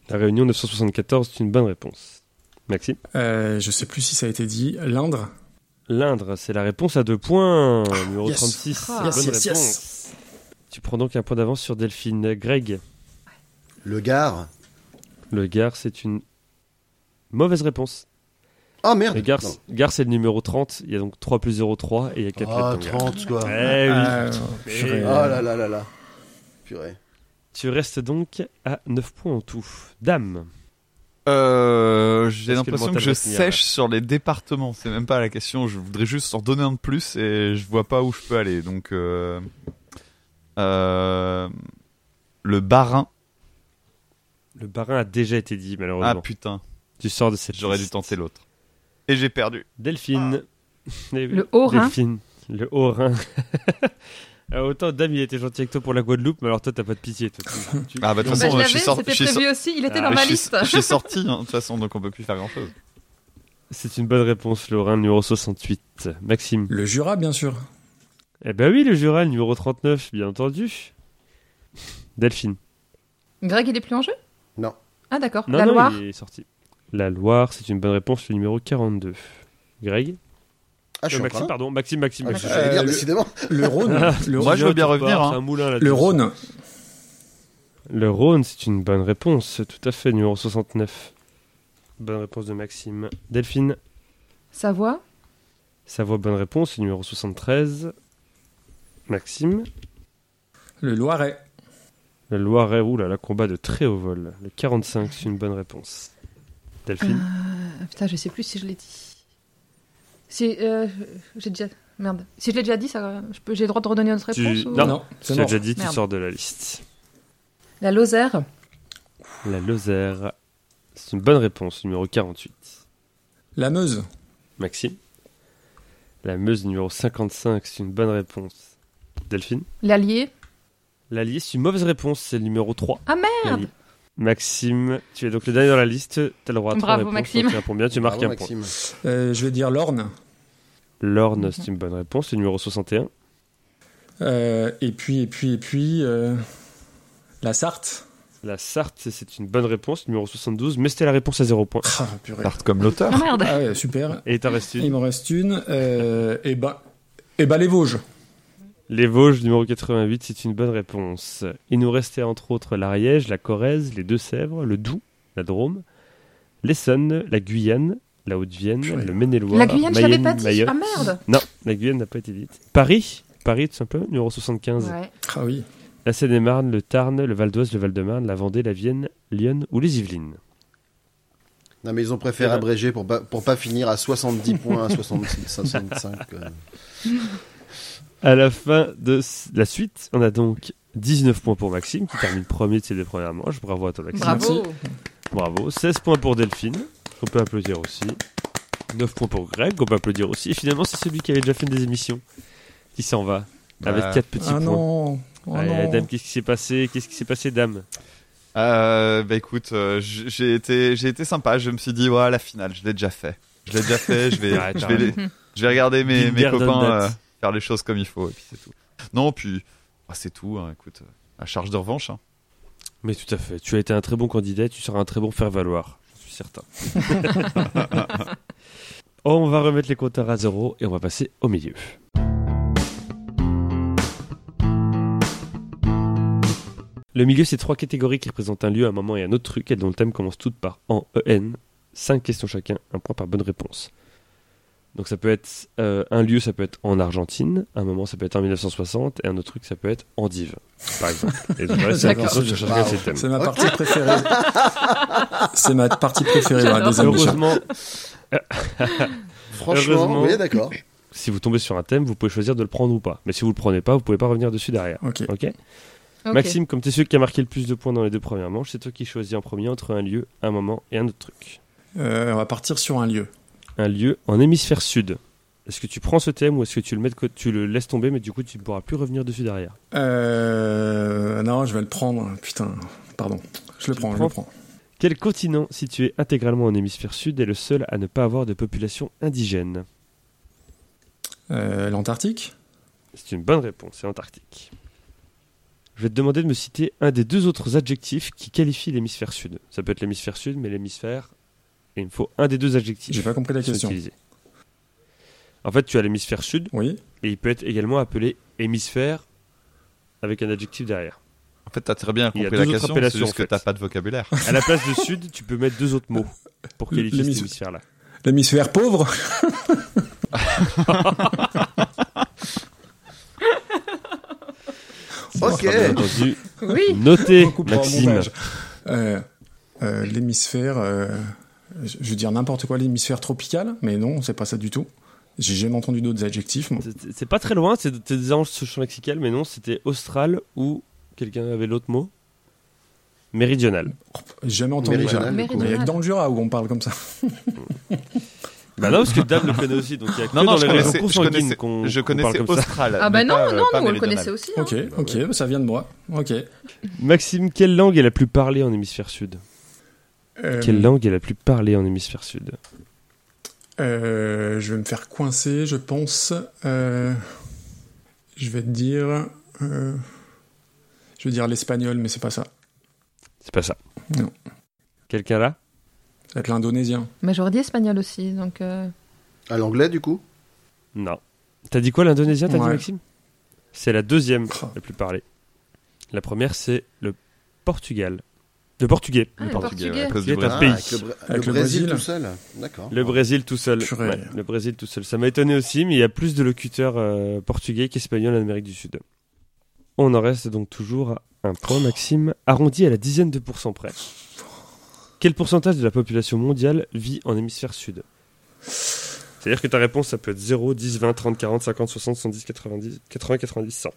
La Réunion 974, c'est une bonne réponse. Maxime.
Euh, je sais plus si ça a été dit. L'Indre.
L'Indre, c'est la réponse à deux points. Numéro
yes.
36.
Ah,
bonne
yes, yes,
réponse.
yes.
Tu prends donc un point d'avance sur Delphine. Greg.
Le Gard
Le Gard, c'est une mauvaise réponse.
Ah merde
Le Gard,
Non.
Gard, c'est le numéro 30. Il y a donc 3 plus 0, 3. Et il y a 4
Ah,
lettres. dans le Gard.
30 quoi
Eh oui.
Ah,
Euh, purée.
Oh là là là là Purée.
Tu restes donc à 9 points en tout. Dame.
Euh, j'ai
Parce que le
l'impression que,
mental hein,
je
va tenir,
sèche sur les départements. C'est même pas la question. Je voudrais juste en donner un de plus et je vois pas où je peux aller. Donc, euh, euh, le Barin.
Le barin a déjà été dit,
Ah
malheureusement.
putain,
tu sors de cette
j'aurais dû
liste.
tenter Ah. l'autre. Et j'ai perdu.
Delphine. Eh oui,
Le Haut-Rhin.
Delphine. Le Haut-Rhin. Alors, autant Dame, il était gentil avec toi pour la Guadeloupe, mais alors toi, t'as pas de pitié. toi. Tu- tu-
Ah, bah, de toute
Bah,
façon,
je
je
l'avais,
suis sorti.
c'était
je suis
prévu aussi. Il
Ah,
était dans
sorti-
ma
je
liste.
suis- je suis sorti, hein, de toute façon, donc on peut plus faire grand chose.
C'est une bonne réponse, le Haut-Rhin, numéro 68. Maxime.
Le Jura, bien sûr.
Eh ben oui, le Jura, le numéro 39, bien entendu. Delphine.
Greg, il est plus en jeu
Non.
Ah d'accord.
Non,
la
non,
Loire.
il est sorti. La Loire, c'est une bonne réponse, le numéro 42. Greg
Ah,
Euh,
je suis en
Maxime,
train.
pardon. Maxime, Maxime,
Ah, je
Maxime.
vais
Euh,
dire,
le-
décidément.
Le Rhône. le,
Tu
Moi,
Rhône.
je veux bien
viens, tu
revenir,
pars,
hein.
c'est un moulin, là,
Le
tout ça.
Rhône.
Le Rhône, c'est une bonne réponse, tout à fait, numéro 69. Bonne réponse de Maxime. Delphine,
Savoie.
Savoie, bonne réponse, numéro 73. Maxime,
Le Loiret.
le Loiret, oulala, là, combat de très haut vol. Le 45, c'est une bonne réponse. Delphine,
Ah, putain, je sais plus si je l'ai dit. Si euh, j'ai déjà merde. Si je l'ai déjà dit, ça, je peux- j'ai le droit de redonner notre
Tu-
réponse. ou-
Non, tu
c'est
l'as
mort.
déjà dit, tu
Merde.
sors de la liste.
La Lozère.
La Lozère, c'est une bonne réponse, numéro 48.
La Meuse.
Maxime, la Meuse, numéro 55, c'est une bonne réponse. Delphine,
L'Allier.
l'Allier, c'est une mauvaise réponse, c'est le numéro 3.
Ah
Lali.
merde.
Maxime, tu es donc le dernier dans la liste. T'as le droit à trois
Bravo,
réponses.
Maxime.
Quand tu réponds bien, tu marques
Bravo,
un point.
Maxime.
Euh, je vais dire l'Orne.
Lorne,
Mhm.
c'est une bonne réponse. C'est le numéro 61.
Euh, et puis, et puis, et puis. euh, la Sarthe.
La Sarthe, c'est une bonne réponse. Numéro 72. Mais c'était la réponse à 0 points.
Ah, purée.
Tarte comme l'auteur.
Ah merde.
Ah ouais, super.
Et il t'en reste une.
Il m'en reste une. Euh, et bah, et bah les Vosges.
Les Vosges, numéro 88, c'est une bonne réponse. Il nous restait entre autres l'Ariège, la Corrèze, les Deux-Sèvres, le Doubs, la Drôme, l'Essonne, la Guyane, la Haute-Vienne,
Purée.
le Maine-et-Loire.
La Guyane, je l'avais
Mayenne,
pas dit.
Mayotte.
Ah merde.
Non, la Guyane n'a pas été dite. Paris, Paris tout simplement, numéro 75.
Ouais.
Ah oui.
La Seine-et-Marne, le Tarn, le Val d'Oise, le Val-de-Marne, la Vendée, la Vienne, Lyon ou les Yvelines.
Non, mais ils ont préféré
Eh ben.
abréger pour pas, pour pas finir à 70 points, à 66, 65. euh.
À la fin de s- la suite, on a donc 19 points pour Maxime, qui termine premier de ses deux premières manches. Bravo à toi, Maxime.
Bravo.
Bravo. 16 points pour Delphine, qu'on peut applaudir aussi. 9 points pour Greg, qu'on peut applaudir aussi. Et finalement, c'est celui qui avait déjà fait des émissions qui s'en va avec
Bah,
4 petits points.
Ah non, oh
Allez,
non.
dame, qu'est-ce qui s'est passé Qu'est-ce qui s'est passé, dame
Euh, bah écoute, euh, j- j'ai été, j'ai été sympa. Je me suis dit, ouais, la finale, je l'ai déjà fait. Je l'ai déjà fait. Je vais,
Ouais,
je
t'as
vais, les- je vais regarder mes,
Been
mes
there, done
copains
that.
euh, faire les choses comme il faut et puis c'est tout. Non, puis bah, c'est tout. hein, écoute, euh, à charge de revanche. hein.
Mais tout à fait. Tu as été un très bon candidat, tu seras un très bon faire-valoir. Je suis certain. on va remettre les compteurs à zéro et on va passer au milieu. Le milieu, c'est trois catégories qui représentent un lieu, un moment et un autre truc, et dont le thème commence toutes par en EN. Cinq questions chacun, un point par bonne réponse. Donc ça peut être euh, un lieu, ça peut être en Argentine, un moment, ça peut être en 1960, et un autre truc, ça peut être en dive, par exemple. Et donc, voilà, c'est la
D'accord.
question sur chacun de ces thèmes.
C'est ma partie préférée. C'est ma partie préférée dans la
J'adore.
désémission.
Heureusement,
Franchement,
Heureusement.
oui, d'accord.
si vous tombez sur un thème, vous pouvez choisir de le prendre ou pas. Mais si vous le prenez pas, vous pouvez pas revenir dessus derrière.
Ok.
Ok.
Ok.
Maxime, comme tu es celui qui a marqué le plus de points dans les deux premières manches, c'est toi qui choisis en premier entre un lieu, un moment et un autre truc.
Euh, on va partir sur un lieu.
Un lieu en hémisphère sud. Est-ce que tu prends ce thème ou est-ce que tu le, mets de côté- tu le laisses tomber mais du coup tu ne pourras plus revenir dessus derrière
Euh, non, je vais le prendre. Putain, pardon. Je le prends, je le prends.
Quel continent situé intégralement en hémisphère sud est le seul à ne pas avoir de population indigène
Euh, L'Antarctique
C'est une bonne réponse, c'est Antarctique. Je vais te demander de me citer un des deux autres adjectifs qui qualifient l'hémisphère sud. Ça peut être l'hémisphère sud, mais l'hémisphère. Et il me faut un des deux adjectifs.
J'ai pas compris la
qui sont
question.
utilisés. En fait, tu as l'hémisphère sud,
Oui.
et il peut être également appelé hémisphère avec un adjectif derrière.
En fait, t'as très bien
Il y a
compris
deux
la
autres
question. C'est
appellations,
juste
en
que
fait.
t'as pas de vocabulaire.
À la place de sud, tu peux mettre deux autres mots pour qualifier cet
L'hémisphère-
hémisphère-là.
L'hémisphère pauvre
Ça
Ok.
sera bien entendu.
Oui.
Notez,
Beaucoup pour un
Maxime.
montage. Euh, euh, L'hémisphère. euh, je je veux dire n'importe quoi, l'hémisphère tropical, mais non, c'est pas ça du tout. J'ai jamais entendu d'autres adjectifs. moi.
C'est- C'est pas très loin, c'est c'est des anges sur le champ lexical, mais non, c'était austral ou quelqu'un avait l'autre mot Méridional.
J'ai jamais entendu ça.
Méridional,
du coup.
Mais il y a que dans le Jura où on parle comme ça.
Bah non, parce que Dame le connaît aussi, donc il y a que
Non, non,
dans
je
les
connaissais,
régions
je connaissais,
consanguines qu'on
je
qu'on parle
connaissais
comme ça.
Austral.
Ah bah
mais
non,
pas, euh,
non,
pas
nous on le
méridional.
connaissait aussi. hein.
Ok, ok, bah ça vient de moi. Ok.
Maxime, quelle langue est la plus parlée en hémisphère sud
Euh,
Quelle langue est la plus parlée en hémisphère sud
Euh, je vais me faire coincer, je pense. Euh, je vais te dire. euh, je vais dire l'espagnol, mais c'est pas ça.
C'est pas ça.
Non.
Quelqu'un là
Ça va être l'indonésien.
Mais j'aurais dit espagnol aussi, donc. euh,
À l'anglais, du coup
Non. T'as dit quoi l'indonésien, t'as dit
Ouais.
Maxime C'est la deuxième
Oh.
la plus parlée. La première, c'est le Portugal. Le portugais.
Ah, le
pardon.
portugais.
ouais, à cause du
Qui est un
Brésil.
pays.
Ah, avec le, Bra- le
Avec le
Brésil,
Brésil.
tout seul. D'accord.
Le Brésil tout seul.
Purée.
Ouais, le Brésil tout seul. Ça m'a étonné aussi, mais il y a plus de locuteurs euh, portugais qu'espagnols en Amérique du Sud. On en reste donc toujours à un point, Maxime, arrondi à la dizaine de pourcents près. Quel pourcentage de la population mondiale vit en hémisphère sud C'est-à-dire que ta réponse, ça peut être 0, 10, 20, 30, 40, 50, 60, 70, 90, 80, 90, 100.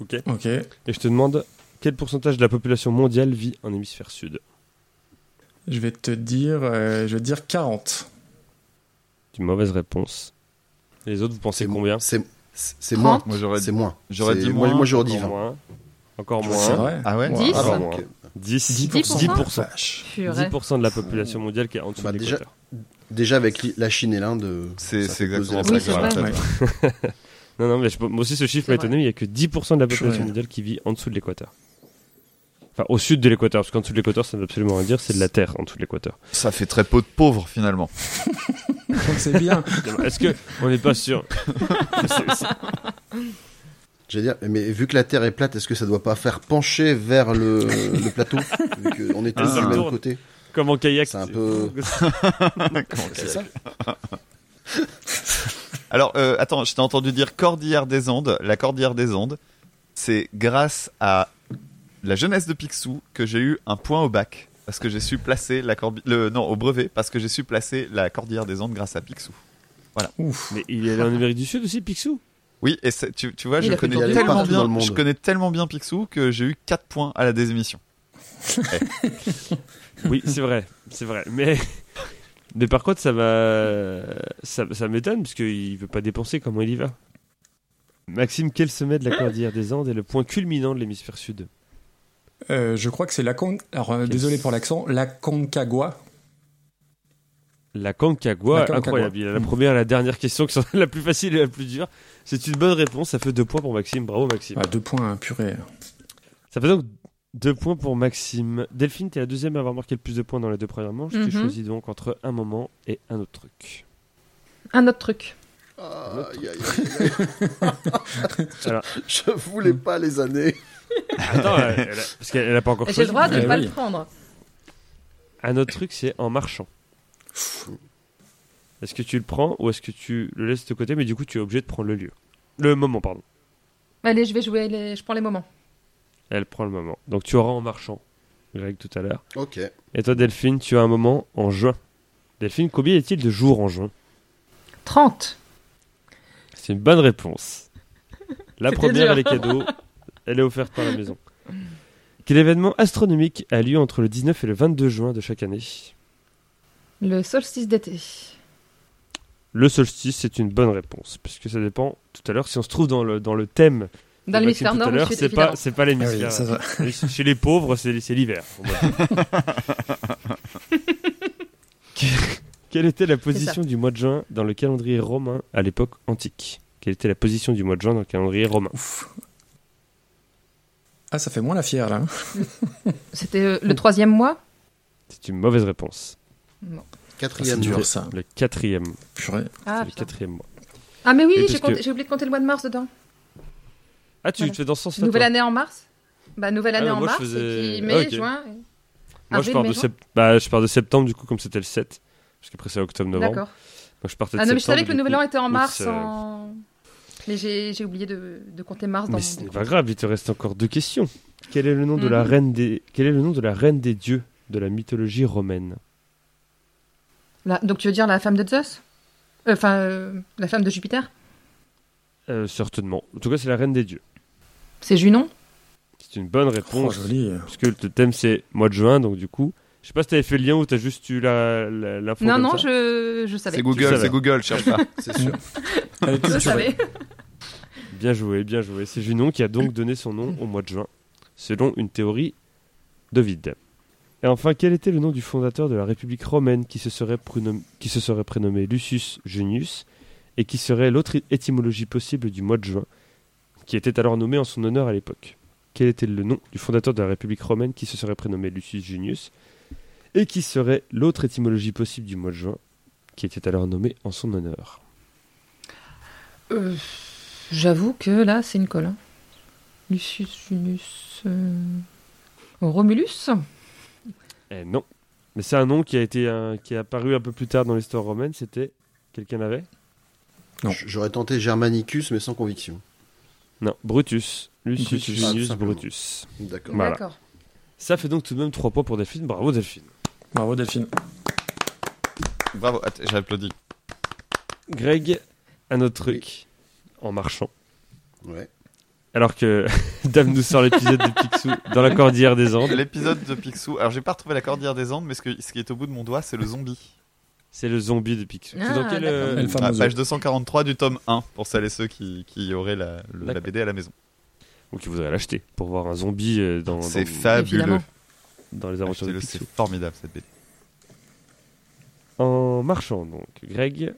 Ok.
Ok.
Et je te demande, quel pourcentage de la population mondiale vit en hémisphère sud
Je vais te dire. euh, je vais te dire 40.
C'est une mauvaise réponse. Les autres, vous pensez
mo-
combien
C'est c'est
Trente
moins.
Moi, j'aurais
C'est
dit.
moins.
J'aurais
C'est-
dit
moi,
moins.
Moi, j'aurais dit
Encore
20.
moins. Encore
C'est
moins.
vrai.
Ah ouais.
Wow.
Dix
Ah,
Encore
bon,
moins.
ok.
10,
10%.
10%.
Vache.
Purée.
10% de la population mondiale qui est en dessous
Bah,
de
déjà-
l'équateur.
Déjà avec li- la Chine et l'Inde.
C'est
ça
c'est
fait peser
exactement
la
ça
Oui,
que
c'est
j'aurais
vrai.
fait.
Ouais.
Non, non, mais je- moi aussi ce chiffre
C'est
m'a étonné, mais il n'y a que 10% de la population
Purée.
mondiale qui vit en dessous de l'équateur. Enfin, au sud de l'équateur, parce qu'en dessous de l'équateur, ça ne veut absolument rien dire, c'est de la Terre en dessous de l'équateur.
Ça fait très peu de pauvres finalement.
Donc c'est bien.
Est-ce que on n'est pas sûr C'est- c'est-
J'allais dire, mais vu que la Terre est plate, est-ce que ça doit pas faire pencher vers le, le plateau Vu que On était
Ah, ça
du même
tourne.
côté.
Comme en kayak.
C'est un peu- C'est ça
Alors euh, attends, je t'ai entendu dire Cordillère des Andes. La Cordillère des Andes, c'est grâce à la jeunesse de Picsou que j'ai eu un point au bac. parce que j'ai su placer la corbi- le non au brevet parce que j'ai su placer la cordillère des Andes grâce à Picsou.
Ouf.
Mais il est allé en Amérique du Sud aussi, Picsou
Oui, et c'est- tu, tu vois,
Il
je
a fait
connais
le tour du
tellement
monde. Partout dans le
bien,
monde.
je connais tellement bien Picsou que j'ai eu 4 points à la désémission.
Oui, c'est vrai, c'est vrai. Mais, mais par contre, ça va, ça, ça m'étonne parce qu'il veut pas dépenser. Comment il y va Maxime, quel sommet de la cordillère des Andes est le point culminant de l'hémisphère sud
Euh, je crois que c'est la con... Alors, euh, désolé pour l'accent, la Concagua.
La Concagua,
La Concagua.
incroyable. Il a la
Mm.
première et la dernière question qui sont la plus facile et la plus dure. C'est une bonne réponse, ça fait deux points pour Maxime. Bravo Maxime.
Ah, deux points, purée.
Ça fait donc deux points pour Maxime. Delphine, t'es la deuxième à avoir marqué le plus de points dans les deux premières manches.
Mhm.
Tu choisis donc entre un moment et un autre truc.
Un autre truc.
Aïe, aïe, aïe, aïe. Je-
Alors.
Je voulais pas les années.
Attends, elle- elle a- parce qu'elle n'a pas encore
Et J'ai
choisi.
le droit de ne
Eh
pas
oui.
le prendre.
Un autre truc, c'est en marchant. Est-ce que tu le prends ou est-ce que tu le laisses de côté, mais du coup, tu es obligé de prendre le lieu Le moment, pardon.
Allez, je vais jouer, les... je prends les moments.
Elle prend le moment. Donc, tu auras en marchant, Greg, tout à l'heure.
Ok.
Et toi, Delphine, tu as un moment en juin. Delphine, combien y a-t-il de jours en juin
30.
C'est une bonne réponse. La
C'était
première,
dur.
elle est cadeau. Elle est offerte par la maison. Quel événement astronomique a lieu entre le 19 et le 22 juin de chaque année
Le solstice d'été.
Le solstice, c'est une bonne réponse, puisque ça dépend tout à l'heure si on se trouve dans le, dans le thème. de
Dans l'hémisphère
Maxime tout à
nord,
l'heure,
je suis
c'est pas c'est pas
Ah oui,
l'hémisphère.
ça, ça-
Et Chez les pauvres, c'est c'est l'hiver. on va dire. Que- Quelle était la position du mois de juin dans le calendrier romain à l'époque antique Quelle était la position du mois de juin dans le calendrier romain
Ouf. Ah, ça fait moins la fière, là. hein.
C'était euh, le troisième mois
C'est une mauvaise réponse.
Non.
Ah, C'est
Quatrième jour.
dur, ça.
Le quatrième.
Purée.
C'est
Ah,
le
putain.
quatrième mois.
ah mais oui,
Et
j'ai
puisque-
compté- j'ai oublié de compter le mois de mars dedans.
Ah, tu
Voilà.
te fais dans ce sens-là
Nouvelle
toi
année en mars Bah, nouvelle
Ah,
année
non,
en
moi, je
mars,
faisais-
et puis
Ah,
mai,
ok.
juin. et-
Moi, je
avril,
pars,
mai,
de
juin.
sept- bah, je pars de septembre, du coup, comme c'était le 7. Parce qu'après, c'est octobre-novembre.
D'accord.
Donc, je partais de
Ah non, mais je
septembre,
savais que
du
le nouvel
coup-
an était en
août,
mars.
euh,
en- Mais j'ai j'ai oublié de, de compter mars dans
Mais
mon
ce n'est
décompte.
pas grave, il te reste encore deux questions. Quel est le nom de la
Mhm.
reine des Quel est le nom de la reine des dieux de la mythologie romaine
La- Donc tu veux dire la femme de Zeus Euh, Enfin, euh, la femme de Jupiter
Euh, Certainement. En tout cas, c'est la reine des dieux.
C'est Junon
C'est une bonne
Oh,
réponse
joli.
parce que le thème c'est mois de juin, donc du coup, je sais pas si t'avais fait le lien ou t'as juste eu la- la- l'info.
Non,
comme
non,
ça.
je, je savais.
C'est
Tu
Google,
savais.
c'est Google, cherche pas.
C'est sûr.
Elle est
Je
culturée.
savais.
Bien joué, bien joué. C'est Junon qui a donc donné son nom au mois de juin, selon une théorie d'Ovide. Et enfin, quel était le nom du fondateur de la République romaine qui se serait, prénom- qui se serait prénommé Lucius Junius et qui serait l'autre étymologie possible du mois de juin, qui était alors nommé en son honneur à l'époque Quel était le nom du fondateur de la République romaine qui se serait prénommé Lucius Junius et qui serait l'autre étymologie possible du mois de juin, qui était alors nommé en son honneur
Euh, J'avoue que là, c'est une colle. hein. Lucius Junius. euh, Romulus
Eh non. Mais c'est un nom qui a été un- qui est apparu un peu plus tard dans l'histoire romaine, c'était quelqu'un l'avait
Non.
J- J'aurais tenté Germanicus, mais sans conviction.
Non, Brutus, Lucius
Brutus.
Ah,
Junius
tout simplement.
Brutus.
D'accord.
Voilà.
D'accord.
Ça fait donc tout de même 3 points pour Delphine. Bravo Delphine.
Bravo, Delphine.
Bravo, att- j'ai applaudi.
Greg, un autre truc en marchant.
Ouais.
Alors que Dame nous sort l'épisode de Picsou dans la cordillère des Andes,
L'épisode de Picsou. Alors, j'ai pas retrouvé la cordillère des Andes, mais ce, que- ce qui est au bout de mon doigt, c'est le zombie.
c'est le zombie de Picsou.
Ah,
C'est dans quel, euh,
Elle
Ah,
fameuse.
page 243 du tome 1 pour celles et ceux qui, qui auraient la, le- la
D'accord.
BD à la maison.
ou qui voudrait l'acheter pour voir un zombie euh, dans,
C'est
dans,
fabuleux.
Évidemment.
dans les aventures de
Achetez-le,
Picsou.
C'est formidable cette BD.
En marchant donc, Greg,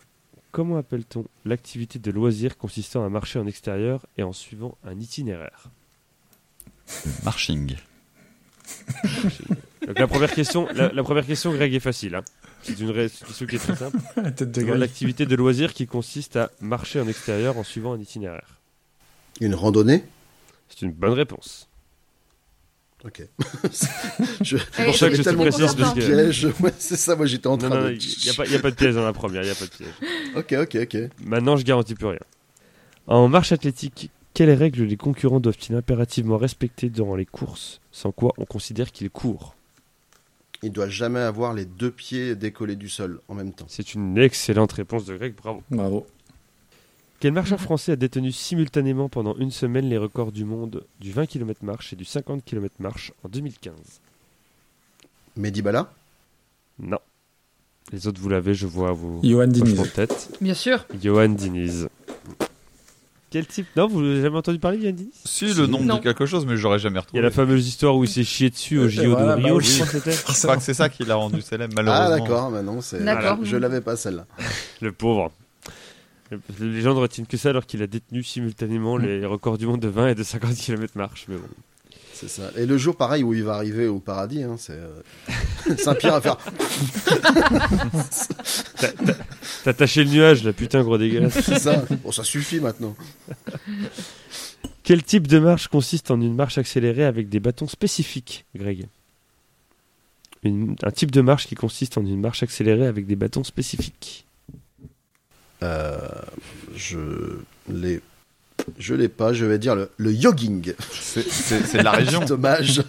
comment appelle-t-on l'activité de loisir consistant à marcher en extérieur et en suivant un itinéraire
Marching.
Donc la première question, la, la première question, Greg, est facile. hein. C'est une, ré- c'est une question qui est très simple.
La tête de
Demande
Greg.
L'activité de loisir qui consiste à marcher en extérieur en suivant un itinéraire.
Une randonnée
C'est une bonne réponse.
Ok. je...
Et
pour ça que
j'avais
je te
tellement
précise,
peur du
parce que-
piège. Ouais, c'est ça, moi j'étais en
Non,
train
non,
de.
il n'y a, pas- y a pas de piège dans la première, y a pas de piège.
Ok, ok, ok.
Maintenant, je garantis plus rien. En marche athlétique, quelles règles les concurrents doivent-ils impérativement respecter durant les courses, sans quoi on considère qu'ils courent
Il doit jamais avoir les deux pieds décollés du sol en même temps.
C'est une excellente réponse de Greg, bravo.
Bravo.
Quel marcheur français a détenu simultanément pendant une semaine les records du monde du 20 km marche et du 50 km marche en 2015
Medibala Ah,
Non. Les autres, vous l'avez, je vois vous.
Johan Diniz.
en tête.
Bien sûr.
Johan Diniz. Quel type Non, vous n'avez jamais entendu parler de Johan Diniz
Si le nom me
Non.
dit quelque chose, mais j'aurais
Il y
jamais
a
retrouvé.
la fameuse histoire où il s'est chié dessus au
Euh,
JO
voilà,
de
bah
Rio,
oui.
je crois que c'était.
Je crois que c'est ça qui l'a rendu célèbre,
Ah
malheureusement.
d'accord, mais non, c'est...
D'accord.
je l'avais pas celle-là.
Le pauvre. Le- Les gens ne retiennent que ça alors qu'il a détenu simultanément les records du monde de 20 et de 50 km marche. Mais bon.
C'est ça. Et le jour pareil où il va arriver au paradis, hein, c'est euh, Saint-Pierre à faire.
T'as taché le nuage là, putain, gros dégueulasse.
C'est ça. Bon, ça suffit maintenant.
Quel type de marche consiste en une marche accélérée avec des bâtons spécifiques, Greg Une- Un type de marche qui consiste en une marche accélérée avec des bâtons spécifiques.
Euh, je l'ai, je l'ai pas. Je vais dire le, le jogging.
C'est- C'est c'est de la région.
Petit hommage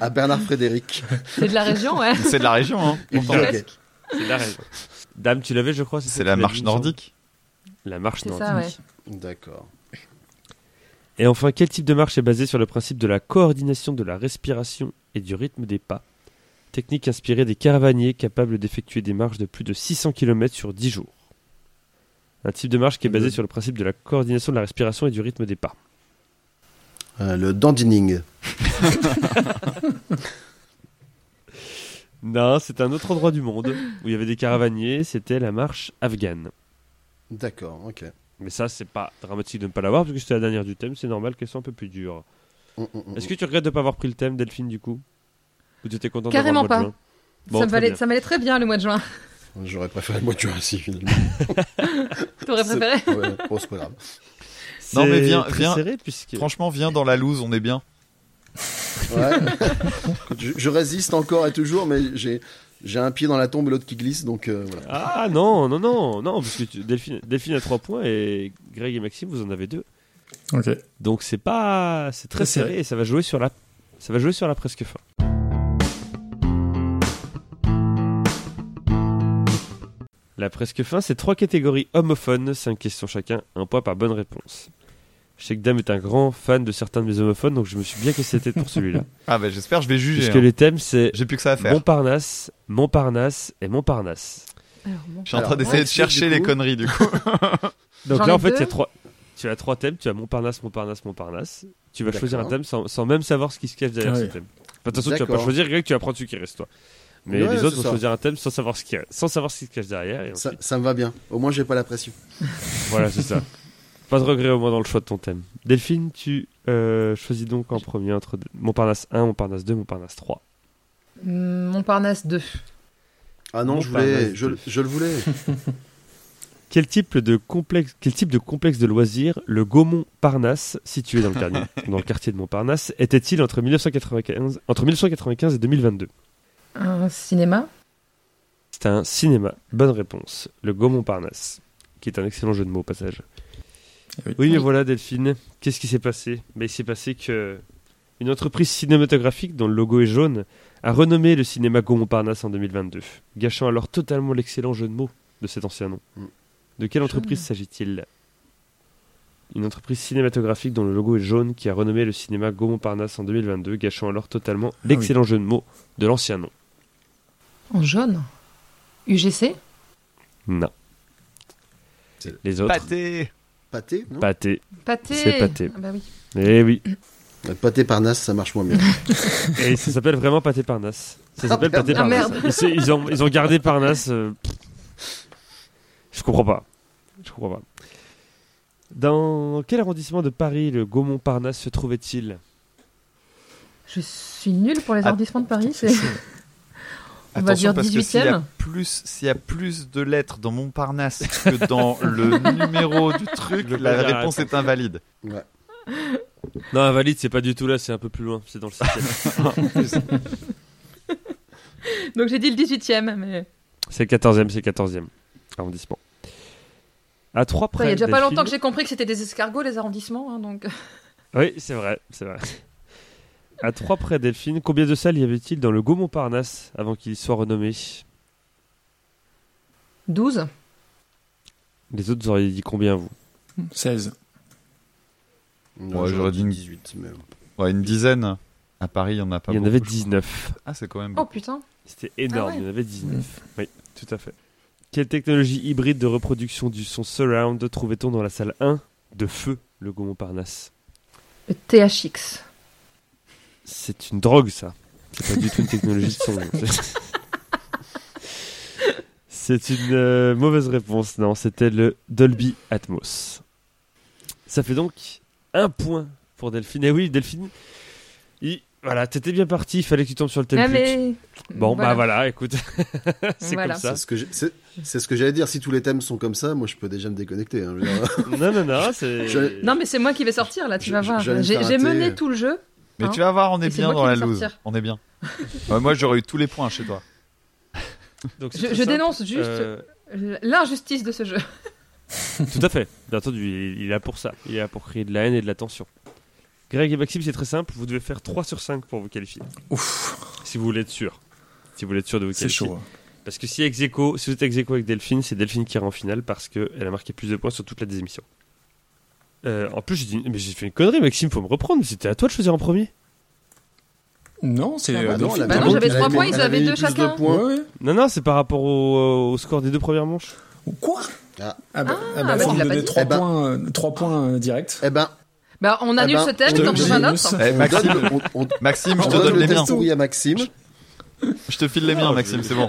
à Bernard Frédéric.
C'est de la région, ouais.
C'est de la région, hein.
Il
pourtant.
joguait.
C'est la raison. Dame, tu l'avais, je crois ça
C'est
que
la
tu l'as
marche
dit, il me semble
nordique.
La marche
C'est
nordique.
ça, ouais.
D'accord.
Et enfin, quel type de marche est basé sur le principe de la coordination de la respiration et du rythme des pas Technique inspirée des caravaniers capables d'effectuer des marches de plus de 600 km sur 10 jours. Un type de marche qui est basé
Le-
sur le principe de la coordination de la respiration et du rythme des pas.
Euh, le dandining.
Non, c'est un autre endroit du monde où il y avait des caravaniers, c'était la marche afghane.
D'accord. Ok.
Mais ça, c'est pas dramatique de ne pas l'avoir parce que c'était la dernière du thème, c'est normal qu'elle soit un peu plus dure.
Mm, mm, mm.
Est-ce que tu regrettes de pas avoir pris le thème, Delphine, du coup Ou tu étais content
Carrément
d'avoir le mois
pas.
de juin Bon,
ça, me
très
valait,
bien.
ça m'allait très bien le mois de juin.
J'aurais préféré moi tu aussi finalement.
T'aurais
C'est-
préféré
Ouais, bon, c'est pas grave.
Non, mais
C'est
viens-
très
viens-
serré, puisque...
Franchement, viens dans la loose, on est bien.
Ouais. je, je résiste encore et toujours, mais j'ai j'ai un pied dans la tombe et l'autre qui glisse, donc euh, voilà.
Ah non, non, non, non, parce que tu- Delphine, Delphine a 3 points et Greg et Maxime, vous en avez 2.
Ok.
Donc c'est pas. C'est très
Très serré.
serré et ça va jouer sur la, ça va jouer sur la presque fin. La presque fin, c'est trois catégories homophones, 5 questions chacun, un point par bonne réponse. Je sais que Dame est un grand fan de certains de mes homophones, donc je me suis bien cassé la tête pour celui-là.
Ah bah j'espère, je vais juger.
puisque
hein.
les thèmes, c'est
J'ai plus que ça à faire.
Montparnasse, Montparnasse et Montparnasse.
Alors, bon.
Je suis en train
Alors,
d'essayer de
ouais,
chercher
du
les
coup.
conneries du coup.
Donc
J'en
là,
ai
en fait,
deux.
il y a trois. Tu as trois thèmes. Tu as Montparnasse, Montparnasse, Montparnasse. Tu vas
D'accord.
choisir un thème sans, sans même savoir ce qui se cache derrière
Ah
ce
oui.
thème. Enfin, De toute façon, tu vas pas
D'accord.
choisir Greg, tu vas prendre celui qui reste, toi. Mais
Ouais,
les autres
c'est
vont
ça.
choisir un thème sans savoir ce qui, sans savoir ce qui se cache derrière. et
Ça,
ensuite-
ça me va bien. Au moins, j'ai pas la pression.
voilà, c'est ça. Pas de regret au moins dans le choix de ton thème. Delphine, tu euh, choisis donc en premier entre Montparnasse 1, Montparnasse 2, Montparnasse 3.
Hum, Montparnasse 2.
Ah non, je voulais, je, je le voulais.
Quel type de complexe, quel type de complexe de loisirs le Gaumont Parnasse, situé dans le quartier, dans le quartier de Montparnasse, était-il entre 1995, entre 1995 et 2022
Un cinéma.
C'est un cinéma. Bonne réponse. Le Gaumont Parnasse, qui est un excellent jeu de mots au passage.
Eh oui.
Oui, mais voilà, Delphine. Qu'est-ce qui s'est passé Mais il s'est passé que une entreprise cinématographique dont le logo est jaune a renommé le cinéma Gaumont Parnasse en 2022, gâchant alors totalement l'excellent jeu de mots de cet ancien nom.
Mm.
De quelle entreprise s'agit-il Une entreprise cinématographique dont le logo est jaune qui a renommé le cinéma Gaumont Parnasse en 2022, gâchant alors totalement l'excellent jeu de mots de l'ancien nom.
En jaune. UGC.
Non.
C'est-
Les autres.
Pâté
Pâté, non
Pâté.
Pâté.
C'est pâté.
Ah bah oui.
Eh oui.
Pâté Parnasse, ça marche moins bien.
Et ça s'appelle vraiment Pâté Parnasse. Ça s'appelle
merde.
Pâté
Ah,
Parnasse.
merde.
Et c'est- Ils, ont, ils ont gardé Parnasse. euh, Je comprends pas. Je comprends pas. Dans quel arrondissement de Paris le Gaumont Parnasse se trouvait-il
Je suis nulle pour les
Ah,
arrondissements de Paris. C'est... On va
Attention
dire
parce que s'il y, a
18e.
plus, s'il y a plus de lettres dans Montparnasse que dans le numéro du truc,
Je veux
la
pas dire
réponse
la
est invalide.
Ouais.
Non, Valide, c'est pas du tout là, c'est un peu plus loin. C'est dans le 7
Donc j'ai dit le 18e. Mais...
C'est le 14e, c'est le 14e arrondissement. À trois près.
Après, il y a déjà pas
Delphine.
longtemps que j'ai compris que c'était des escargots, les arrondissements. hein, donc...
Oui, c'est vrai, c'est vrai. À trois près, Delphine, combien de salles y avait-il dans le Gaumont-Parnasse avant qu'il soit renommé
12
Les autres, vous auriez dit combien, vous
16.
Non,
Ouais, j'aurais dit une-
18. Mais...
Ouais, une dizaine. À Paris, il y en a pas
Il y en
beaucoup,
avait
je crois.
19.
Ah, c'est quand même.
Oh putain
C'était énorme,
Ah ouais.
il y en avait
Mmh.
19. Oui, tout à fait. Quelle technologie hybride de reproduction du son surround trouvait-on dans la salle 1 de feu, le Gaumont-Parnasse
Le THX.
C'est une drogue, ça. C'est pas du tout une technologie de son. C'est une euh, mauvaise réponse, non. C'était le Dolby Atmos. Ça fait donc un point pour Delphine. Et oui, Delphine, il- voilà, t'étais bien parti, il fallait que tu tombes sur le thème.
Ah,
culte.
mais-
Bon, bah
Voilà.
voilà, écoute. C'est
Voilà.
comme ça.
C'est ce que j'ai- c'est- c'est ce que j'allais dire. Si tous les thèmes sont comme ça, moi je peux déjà me déconnecter. hein. Je veux dire,
Non, non, non, c'est.
Je-
Non, mais c'est moi qui vais sortir là, tu
Je-
vas
je-
voir.
j'allais me
J'ai
faire
j'ai
rater.
mené tout le jeu.
Mais
Hein
tu vas voir, on est
Et c'est
bien
moi
dans
qui
la
vais
loose.
sortir.
On est bien. Ouais, moi, j'aurais eu tous les points chez toi.
Donc, c'est
Je,
très
je
simple.
dénonce juste
Euh,
l'injustice de ce jeu.
Tout à fait. Bien entendu, il, il est là pour ça. Il est là pour créer de la haine et de la tension. Greg et Maxime, c'est très simple. Vous devez faire 3 sur 5 pour vous qualifier.
Ouf,
Si vous voulez être sûr. Si vous voulez être sûr de vous
c'est
qualifier.
chaud. hein.
Parce que si, ex aequo- si vous êtes ex aequo avec Delphine, c'est Delphine qui ira en finale parce qu'elle a marqué plus de points sur toute la désémission. Euh, en plus, j'ai dit, mais j'ai fait une connerie, Maxime, faut me reprendre. mais C'était à toi de choisir en premier.
Non, c'est.
Ah
euh,
bah non,
Delphine.
elle avait-
Bah non,
elle
j'avais
avait-
trois points, ils
elle
avaient
eu
deux
plus
chacun.
de points.
Ouais, ouais.
Non, non, c'est par rapport au, au score des deux premières manches.
Quoi
Ah.
Ah bah, ah bah,
bah,
faut
tu
me
l'as pas
donner
dit.
3
Eh ben.
points, euh, trois points euh, directs.
Eh ben,
Bah, on
Ah
annule
ben,
ce thème,
je
t'en
te-
trouves un autre.
je-
Eh,
on
Maxime,
donne le- on- on-
Maxime, je
on
te donne les miens.
test oui à Maxime.
Je te file les miens, Maxime, c'est bon.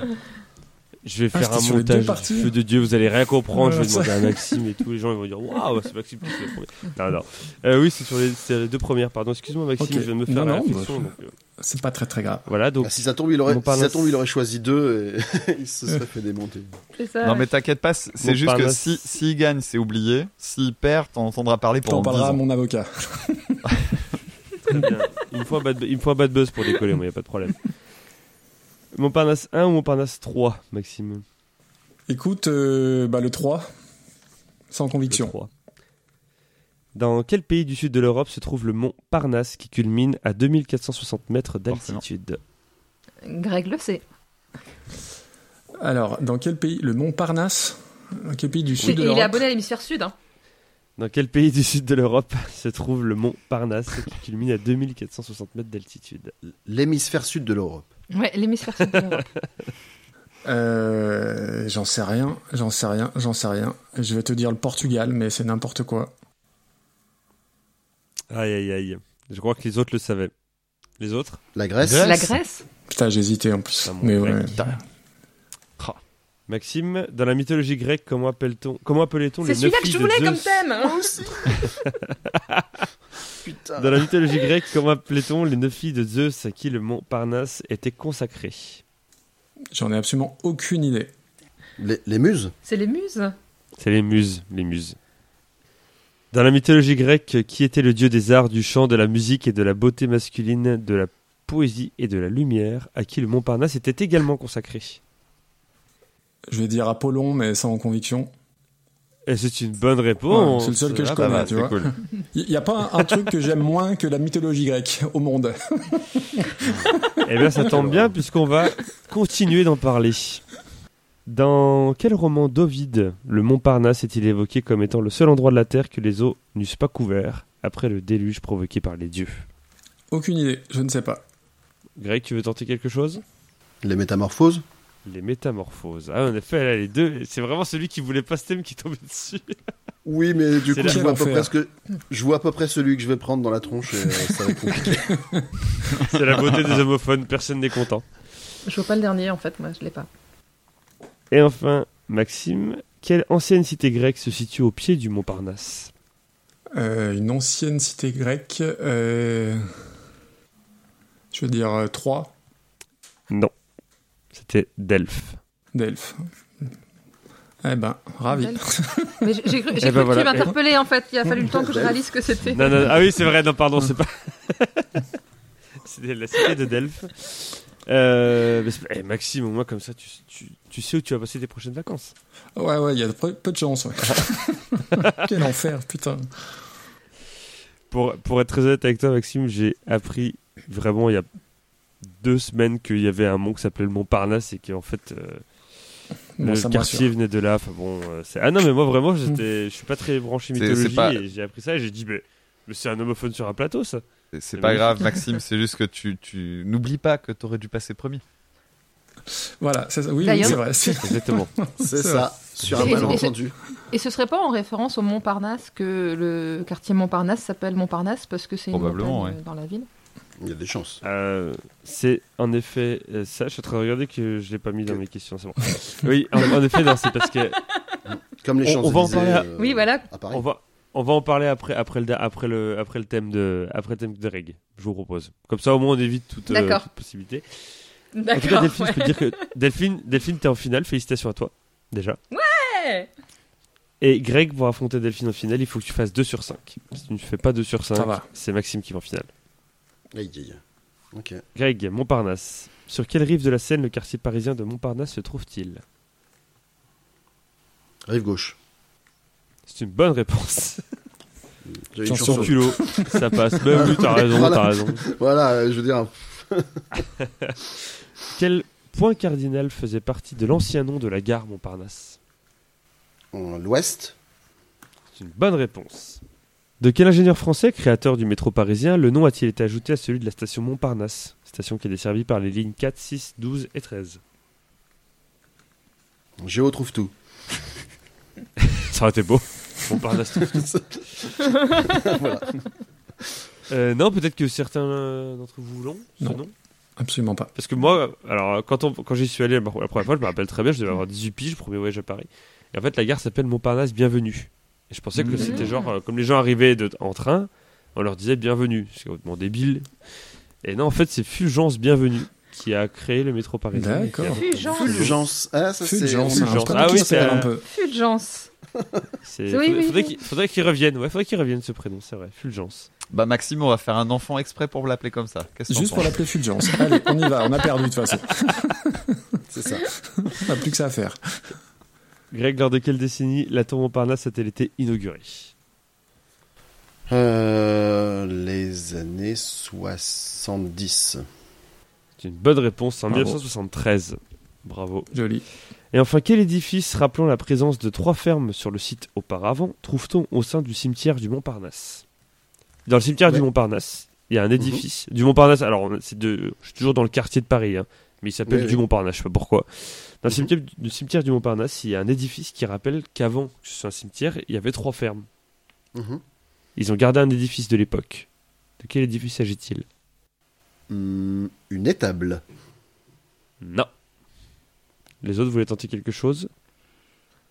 Je vais
Ah,
faire
c'était
un
sur les deux
montage
parties.
du feu de Dieu, vous allez rien comprendre.
Voilà,
je vais demander à Maxime et tous les gens ils vont dire Waouh, c'est Maxime qui fait le premier. Non, non. Euh, oui, c'est sur les, c'est les deux premières, pardon. Excuse-moi, Maxime,
Ok.
je vais me faire
Non,
la
non,
réflexion.
bah,
donc, euh,
C'est pas très très grave.
voilà, donc
Ah, si ça tombe, il aurait,
Mon
si ça
Parnasse.
tombe, il aurait choisi deux et il se serait fait démonter.
C'est ça.
Non,
ouais.
mais t'inquiète pas, c'est c'est
Mon
juste que
Parnasse.
si, s'il gagne, c'est oublié. S'il perd, t'en entendras parler
T'en
pendant 10
parleras à
ans.
mon avocat.
très bien. Il me faut un bad, bu- il me faut un bad buzz pour décoller, moi, il n'y a pas de problème. Montparnasse 1 ou Montparnasse 3, Maxime
Écoute, euh, bah, le 3, sans
Le
conviction.
3. Dans quel pays du sud de l'Europe se trouve le mont Parnasse qui culmine à 2460 mètres d'altitude
Greg le sait.
Alors, dans quel pays Le Mont Parnasse Dans quel pays du
Et
sud de
il est
l'Europe
abonné à l'hémisphère sud. Hein.
Dans quel pays du sud de l'Europe se trouve le mont Parnasse qui culmine à 2460 mètres d'altitude
L'hémisphère sud de l'Europe.
Ouais, l'hémisphère sud de l'Europe.
Euh, J'en sais rien, j'en sais rien, j'en sais rien. Je vais te dire le Portugal, mais c'est n'importe quoi.
Aïe aïe aïe. Je crois que les autres le savaient. Les autres
La Grèce.
Grèce.
La Grèce
Putain, j'ai hésité en plus.
Ah, mon
mais
Grec.
ouais, putain.
Maxime, dans la mythologie grecque, comment appelle-t-on comment appelait-on les
C'est
neuf
celui-là que
filles
je
de
voulais
Zeus
comme thème. hein.
Putain.
Dans la mythologie grecque, comment appelait-on les neuf filles de Zeus à qui le mont Parnasse était consacré
J'en ai absolument aucune idée.
Les, les muses.
C'est les muses.
C'est les muses, les muses. Dans la mythologie grecque, qui était le dieu des arts, du chant, de la musique et de la beauté masculine, de la poésie et de la lumière, à qui le mont Parnasse était également consacré
Je vais dire Apollon, mais sans conviction.
Et c'est une bonne réponse.
Ouais, c'est le seul que je
Ah,
Ça
connais.
bah,
va,
tu
c'est
vois.
cool.
Il n'y a pas un, un truc que j'aime moins que la mythologie grecque au monde.
Eh bien, ça tombe bien puisqu'on va continuer d'en parler. Dans quel roman d'Ovide le mont Parnasse est-il évoqué comme étant le seul endroit de la Terre que les eaux n'eussent pas couvert après le déluge provoqué par les dieux
Aucune idée, je ne sais pas.
Greg, tu veux tenter quelque chose
Les métamorphoses.
Les métamorphoses. Ah, en effet, là, les deux, c'est vraiment celui qui voulait pas ce thème qui tombait dessus.
Oui, mais du
C'est
coup,
la-
je vois, à peu
Quel
près
enfer.
ce que, je vois à peu près celui que je vais prendre dans la tronche et euh, ça va être compliqué.
C'est la beauté des homophones, personne n'est content.
Je vois pas le dernier en fait, moi je l'ai pas.
Et enfin, Maxime, quelle ancienne cité grecque se situe au pied du mont Parnasse
Euh, une ancienne cité grecque. euh, Je veux dire euh, Troie,
Non. C'était Delphes.
Delphes. Eh ben, ravi.
Delphes. Mais j'ai j'ai cru, j'ai
Eh ben
cru que
voilà.
tu m'interpellais en fait. Il a fallu le temps que je réalise que c'était.
Non, non, ah oui, c'est vrai, non, pardon, c'est pas. C'était la cité de Delphes. Euh, mais c'est- eh, Maxime, au moins, comme ça, tu, tu- tu sais où tu vas passer tes prochaines vacances.
Ouais, ouais, il y a peu, peu de chance. ouais. Quel enfer, putain.
Pour, pour être très honnête avec toi, Maxime, j'ai appris vraiment il y a deux semaines qu'il y avait un mont qui s'appelait le Mont Parnasse et qui en fait euh,
Bon, ça
le
me Mm.
quartier venait de là. Enfin bon, euh, c'est- ah non mais moi vraiment j'étais, je suis pas très branché
C'est-
mythologie
c'est pas-
et j'ai appris ça et j'ai dit mais, mais c'est un homophone sur un plateau ça.
C'est- C'est
C'est
pas
magnifique.
grave, Maxime, c'est juste que tu, tu n'oublies pas que t'aurais dû passer premier.
rassure. Voilà, c'est ça. Oui, oui,
D'ailleurs-
c'est vrai. c'est-
Exactement.
C'est
C'est
ça, sur un
Et- et-
malentendu.
Et ce serait pas en référence au Montparnasse que le quartier Montparnasse s'appelle Montparnasse parce que c'est une
Probablement,
montagne,
ouais.
euh, dans la ville
Il y a des chances.
Euh, c'est en effet euh, ça. Je suis en train de regarder que je l'ai pas mis dans mes questions. C'est bon. Oui, en, en effet, non, c'est parce que
Comme les
On-
chances euh,
on va en parler à-
Oui, voilà.
À
on
Paris.
va on va en parler après après le da- après le après le thème de après le thème de règles. Je vous propose. Comme ça, au moins, on évite toute, euh,
D'accord.
toute possibilité. En tout cas,
D'accord.
Delphine, je peux te dire que Delphine, Delphine, t'es en finale. Félicitations à toi déjà.
ouais.
Et Greg, pour affronter Delphine en finale, il faut que tu fasses 2 sur 5. Si tu ne fais pas 2 sur
Ça
5,
va.
c'est Maxime qui va en finale.
Aïe, aïe. Ok.
Greg, Montparnasse. Sur quelle rive de la Seine le quartier parisien de Montparnasse se trouve-t-il
Rive gauche.
C'est une bonne réponse.
J'avais
Chanson.
chanson.
Sur culot, ça passe. Mais oui, t'as raison,
Voilà.
t'as raison.
Voilà, euh, je veux dire,
Quel point cardinal faisait partie de l'ancien nom de la gare Montparnasse
en- l'ouest.
C'est une bonne réponse. De quel ingénieur français, créateur du métro parisien, le nom a-t-il été ajouté à celui de la station Montparnasse Station qui est desservie par les lignes 4, 6, 12 et 13.
Géo trouve tout.
Ça aurait été beau. Montparnasse trouve
Voilà.
Euh, non, peut-être que certains euh, d'entre vous l'ont, ce
Non.
nom.
Absolument pas.
Parce que moi, alors quand, on, quand j'y suis allé la la première fois, je me rappelle très bien, je devais avoir 18 piges, premier voyage à Paris. Et en fait, la gare s'appelle Montparnasse Bienvenue. Et je pensais que
Mhm.
c'était genre, euh, comme les gens arrivaient de- en train, on leur disait Bienvenue. C'est complètement débile. Et non, en fait, c'est Fulgence Bienvenue qui a créé le métro parisien. et qui a-
D'accord.
Fulgence.
Fulgence. Ah, ça c'est.
Fulgence, hein,
Fulgence.
je sais pas
Ah
qui
oui,
se
c'est,
perd un
euh,
peu.
Fulgence.
c'est-
Oui,
faudrait,
oui,
faudrait
oui.
qu'il- faudrait qu'il revienne, ouais, faudrait qu'il revienne ce prénom, c'est vrai, Fulgence.
Bah Maxime, on va faire un enfant exprès pour l'appeler comme ça. Qu'est-ce que
Juste
t'en
pour
penses
l'appeler Fulgence. Allez, on y va, on a perdu de toute façon.
C'est ça.
On n'a plus que ça à faire.
Greg, lors de quelle décennie la tour Montparnasse a-t-elle été inaugurée
Euh, les années 70.
C'est une bonne réponse, en
Bravo.
1973. Bravo.
Joli.
Et enfin, quel édifice rappelant la présence de trois fermes sur le site auparavant trouve-t-on au sein du cimetière du Montparnasse Dans le cimetière du
Ouais.
Montparnasse, il y a un édifice du Montparnasse. Alors, on- c'est de, je suis toujours dans le quartier de Paris, hein, mais il s'appelle
Oui,
du
oui.
Montparnasse, je sais pas pourquoi. Dans le cimetière, du cimetière du Montparnasse, il y a un édifice qui rappelle qu'avant que ce soit un cimetière, il y avait trois fermes.
Mhm.
Ils ont gardé un édifice de l'époque. De quel édifice s'agit-il
Hum, une étable.
Non. Les autres voulaient tenter quelque chose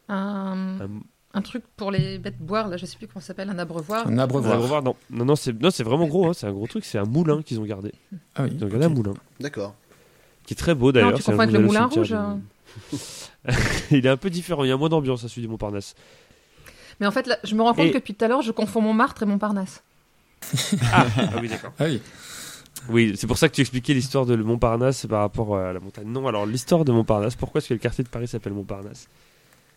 Un,
Un-
un truc pour les bêtes boire, là, je sais plus comment ça s'appelle, un abreuvoir.
Un
On va
abreuvoir.
revoir, non. Non, non, c'est, non, c'est vraiment gros, hein, c'est un gros truc, c'est un moulin qu'ils ont gardé.
Ah oui.
Ils ont gardé un moulin,
D'accord.
qui est très beau d'ailleurs.
tu
c'est un
confonds avec le
au
Moulin
cimetière
Rouge, hein.
de- il est un peu différent, il y a moins d'ambiance à celui du Montparnasse.
Mais en fait, là, je me rends compte
Et-
que depuis tout à l'heure, je confonds Montmartre et Montparnasse.
Ah, ah oui, d'accord.
Ah oui.
Oui, c'est pour ça que tu expliquais l'histoire de le Montparnasse par rapport euh, à la montagne. Non, alors l'histoire de Montparnasse, pourquoi est-ce que le quartier de Paris s'appelle Montparnasse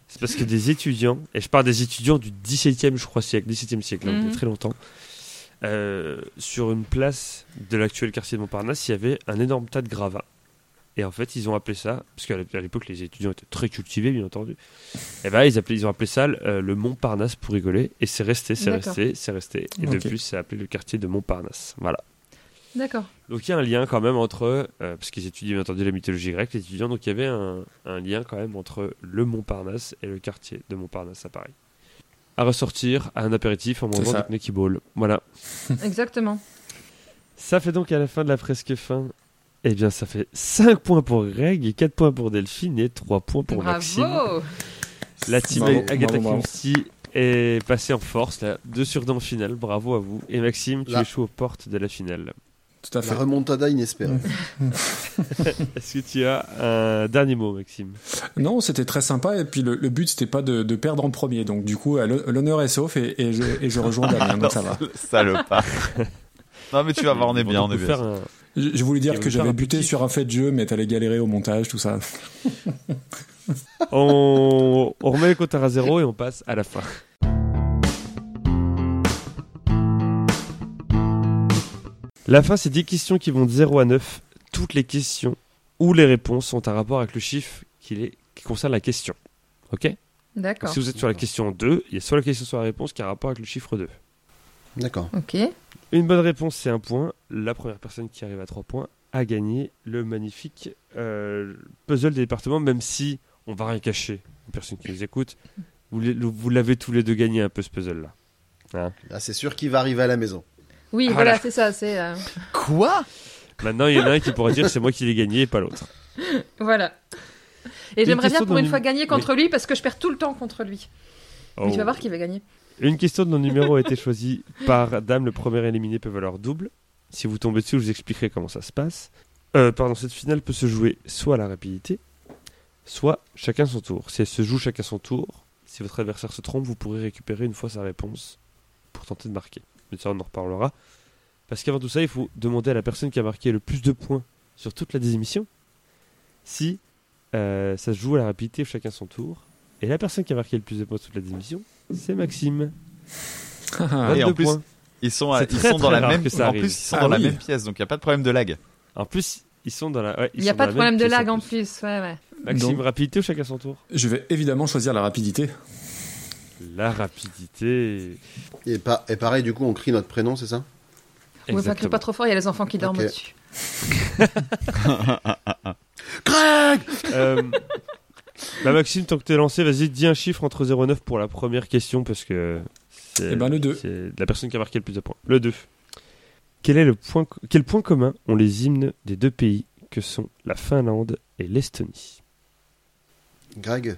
C'est parce que des étudiants, et je parle des étudiants du 17e, je crois, siècle, 17e siècle, hein, il y
Mhm.
a très longtemps, euh, sur une place de l'actuel quartier de Montparnasse, il y avait un énorme tas de gravats. Et en fait, ils ont appelé ça, parce qu'à l'ép- à l'époque, les étudiants étaient très cultivés, bien entendu. Et ben, ils, appelaient- ils ont appelé ça euh, le Montparnasse pour rigoler. Et c'est resté, c'est
D'accord.
resté, c'est resté. Et
Ok.
depuis, c'est appelé le quartier de Montparnasse. Voilà.
D'accord.
Donc il y a un lien quand même entre, euh, parce qu'ils étudient bien entendu la mythologie grecque, les étudiants, donc il y avait un, un lien quand même entre le Montparnasse et le quartier de Montparnasse à Paris. À ressortir, à un apéritif en mangeant
ça.
des Knicky Balls. Voilà.
Exactement.
Ça fait donc à la fin de la presque fin, eh bien ça fait 5 points pour Greg et 4 points pour Delphine et 3 points pour Maxime.
Bravo.
La team
Bravo,
Agatha
bravo, bravo.
Christie est passée en force, là, deux sur deux en finale, bravo à vous. Et Maxime, tu
Là.
échoues aux portes de la finale.
Tout à fait.
La remontada inespérée.
Est-ce que tu as un dernier mot, Maxime
Non, c'était très sympa. Et puis le, le but, c'était pas de, de perdre en premier. Donc du coup, euh, le- l'honneur est sauf et, et je, et je rejoins Damien.
Ah Non,
donc ça va.
Salopard. non mais tu vas voir, Ah, bah, on est bien, on est
peut
bien.
faire un-
Je, je voulais
Et
dire
on
que
peut faire
j'avais
un
buté
petit-
sur un fait de jeu, mais t'allais galérer au montage, tout ça.
on... on remet les compteurs à zéro et on passe à la fin. La fin, c'est 10 questions qui vont de 0 à 9. Toutes les questions ou les réponses ont un rapport avec le chiffre qui, les- qui concerne la question. Ok
D'accord.
Si vous êtes sur la question 2, il y a soit la question soit la réponse qui a un rapport avec le chiffre 2.
D'accord.
Ok.
Une bonne réponse, c'est un point. La première personne qui arrive à 3 points a gagné le magnifique euh, puzzle des départements, même si on va rien cacher aux personnes qui nous écoutent. Vous l'avez- vous l'avez tous les deux gagné un peu ce puzzle-là.
Là, c'est sûr qu'il va arriver à la maison.
Oui,
Ah
voilà,
là.
c'est ça. C'est euh,
Quoi
Maintenant, il y en a un qui pourra dire c'est moi qui l'ai gagné et pas l'autre.
voilà. Et
Une
j'aimerais bien
question
pour
dans
une
une-
fois gagner contre lui parce que je perds tout le temps contre lui. Mais tu
Oh.
vas voir qui va gagner.
Une question dont le numéro a été choisi par dame. Le premier éliminé peut valoir double. Si vous tombez dessus, je vous expliquerai comment ça se passe. Euh, pardon, cette finale peut se jouer soit à la rapidité, soit chacun son tour. Si elle se joue chacun son tour, si votre adversaire se trompe, vous pourrez récupérer une fois sa réponse pour tenter de marquer. Mais ça, on en reparlera. Parce qu'avant tout ça, il faut demander à la personne qui a marqué le plus de points sur toute la désémission si euh, ça se joue à la rapidité ou chacun son tour. Et la personne qui a marqué le plus de points sur toute la désémission, c'est Maxime.
Ah,
Et en
22
plus-
points.
Ils sont, à-
C'est
ils
très,
sont dans
très
la
rare
même
que ça
en
arrive.
plus ils sont
Ah
dans la
oui.
même pièce donc il y a pas de problème de lag.
En plus, ils sont dans la. ouais, ils
Il n'y a
sont
pas
dans
de
la
problème
même
de
pièce,
lag en
plus.
plus. Ouais, ouais.
Maxime,
Donc-
rapidité ou chacun son tour
Je vais évidemment choisir la rapidité.
La rapidité.
Et, pa- et pareil, du coup, on crie notre prénom, c'est ça
Vous ne pas trop fort, il y a les enfants qui dorment
Ok.
au-dessus.
Craig
Euh, bah, Maxime, tant que t'es lancé, vas-y, dis un chiffre entre 0 et 9 pour la première question parce que. c'est-
Eh ben, le deux.
C'est la personne qui a marqué le plus de points. Le 2. Quel est le point, co- quel point commun ont les hymnes des deux pays que sont la Finlande et l'Estonie
Greg,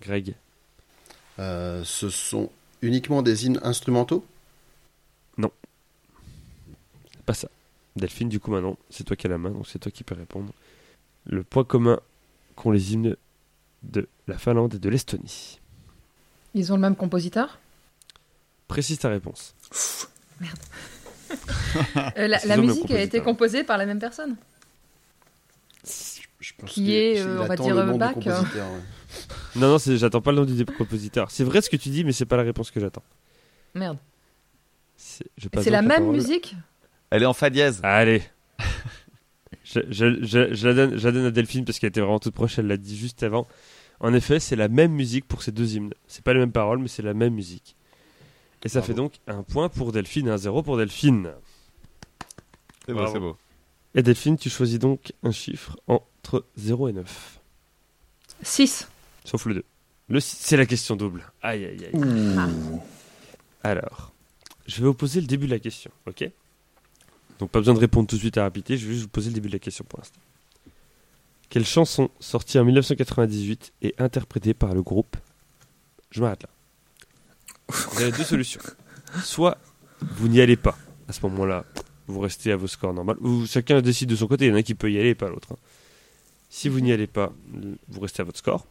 Greg
euh, ce sont uniquement des hymnes instrumentaux
Pas ça. Delphine, du coup, maintenant, c'est toi qui as la main, donc c'est toi qui peux répondre. Le point commun qu'ont les hymnes de la Finlande et de l'Estonie.
Ils ont le même compositeur
Précise ta réponse.
Euh, La,
Ils
la
ont le même
musique a été
compositeur.
composée par la même personne.
Je pense
Qui
qu'il-
est,
il
euh, on va
attend
dire,
le
euh,
nom
Bach,
du compositeur. ouais.
Non, non, c'est- j'attends pas le nom du compositeur. C'est vrai ce que tu dis, mais c'est pas la réponse que j'attends.
Merde.
C'est je passe
C'est
donc
la même
parole.
musique
Elle est en fa dièse.
Allez. je, je- je- je la donne, je la donne à Delphine parce qu'elle était vraiment toute proche, elle l'a dit juste avant. En effet, c'est la même musique pour ces deux hymnes. C'est pas les mêmes paroles, mais c'est la même musique. Et ça
Bravo.
fait donc un point pour Delphine et un zéro pour Delphine.
C'est beau,
Bravo.
c'est beau.
Et Delphine, tu choisis donc un chiffre entre 0 et 9.
6.
Sauf le 2. Le six, c'est la question double. Aïe, aïe, aïe. Alors, je vais vous poser le début de la question, ok Donc pas besoin de répondre tout de suite à rapidité, je vais juste vous poser le début de la question pour l'instant. Quelle chanson sortie en 1998 est interprétée par le groupe Je m'arrête là. Vous avez deux solutions. Soit vous n'y allez pas. À ce moment-là, vous restez à vos scores normaux. Ou chacun décide de son côté. Il y en a un qui peut y aller et pas l'autre. hein. Si vous n'y allez pas, vous restez à votre score.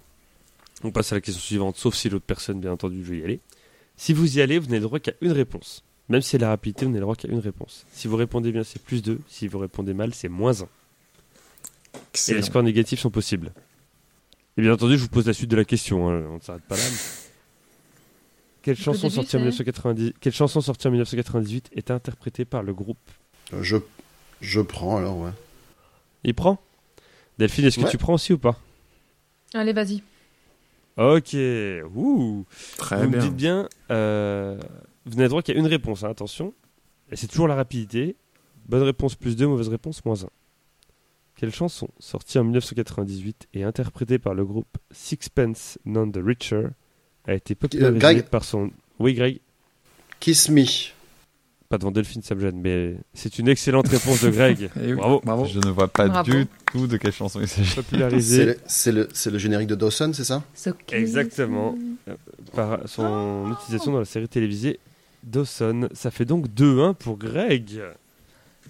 On passe à la question suivante, sauf si l'autre personne, bien entendu, veut y aller. Si vous y allez, vous n'avez le droit qu'à une réponse. Même si c'est la rapidité, vous n'avez le droit qu'à une réponse. Si vous répondez bien, c'est plus 2. Si vous répondez mal, c'est moins 1. Et les
Excellent.
scores négatifs sont possibles. Et bien entendu, je vous pose la suite de la question. hein, On ne s'arrête pas là. mais- Quelle
Donc, au
chanson,
début,
sortie en
c'est-
1990 Quelle chanson sortie en 1998 est interprétée par le groupe
Euh, Je, je prends alors, ouais.
Il prend Delphine, est-ce que
Ouais.
tu prends aussi ou pas
Allez, vas-y.
Ok. Ouh. vous
Très
me
Ah, bien.
dites bien, euh, vous n'avez droit qu'à une réponse, hein, attention. Et c'est toujours la rapidité. Bonne réponse plus 2, mauvaise réponse moins 1. Quelle chanson, sortie en 1998 et interprétée par le groupe Sixpence None the Richer, a été
Euh,
popularisée
Greg
par son... Oui, Greg
Kiss Me.
Pas devant Delphine, ça me gêne, mais c'est une excellente réponse de Greg.
Eh oui,
Bravo.
Bravo.
Je ne vois pas
Bravo.
du tout de quelle chanson il s'agit.
C'est
Popularisée
le, c'est le- c'est le générique de Dawson, c'est ça
So kiss
Exactement. Euh,
me.
par son utilisation dans la série télévisée Dawson. Ça fait donc 2-1 pour Greg.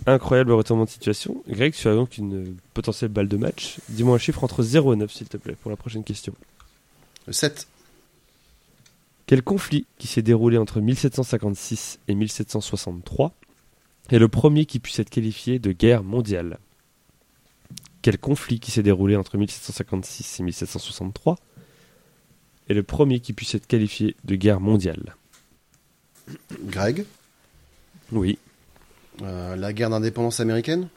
Incroyable retournement de situation. Greg, tu as donc une potentielle balle de match. Dis-moi un chiffre entre 0 et 9, s'il te plaît, pour la prochaine question.
Le 7.
Quel conflit qui s'est déroulé entre 1756 et 1763 est le premier qui puisse être qualifié de guerre mondiale Quel conflit qui s'est déroulé entre 1756 et 1763 est le premier qui puisse être qualifié de guerre mondiale
Greg
Oui.
Euh, la guerre d'indépendance américaine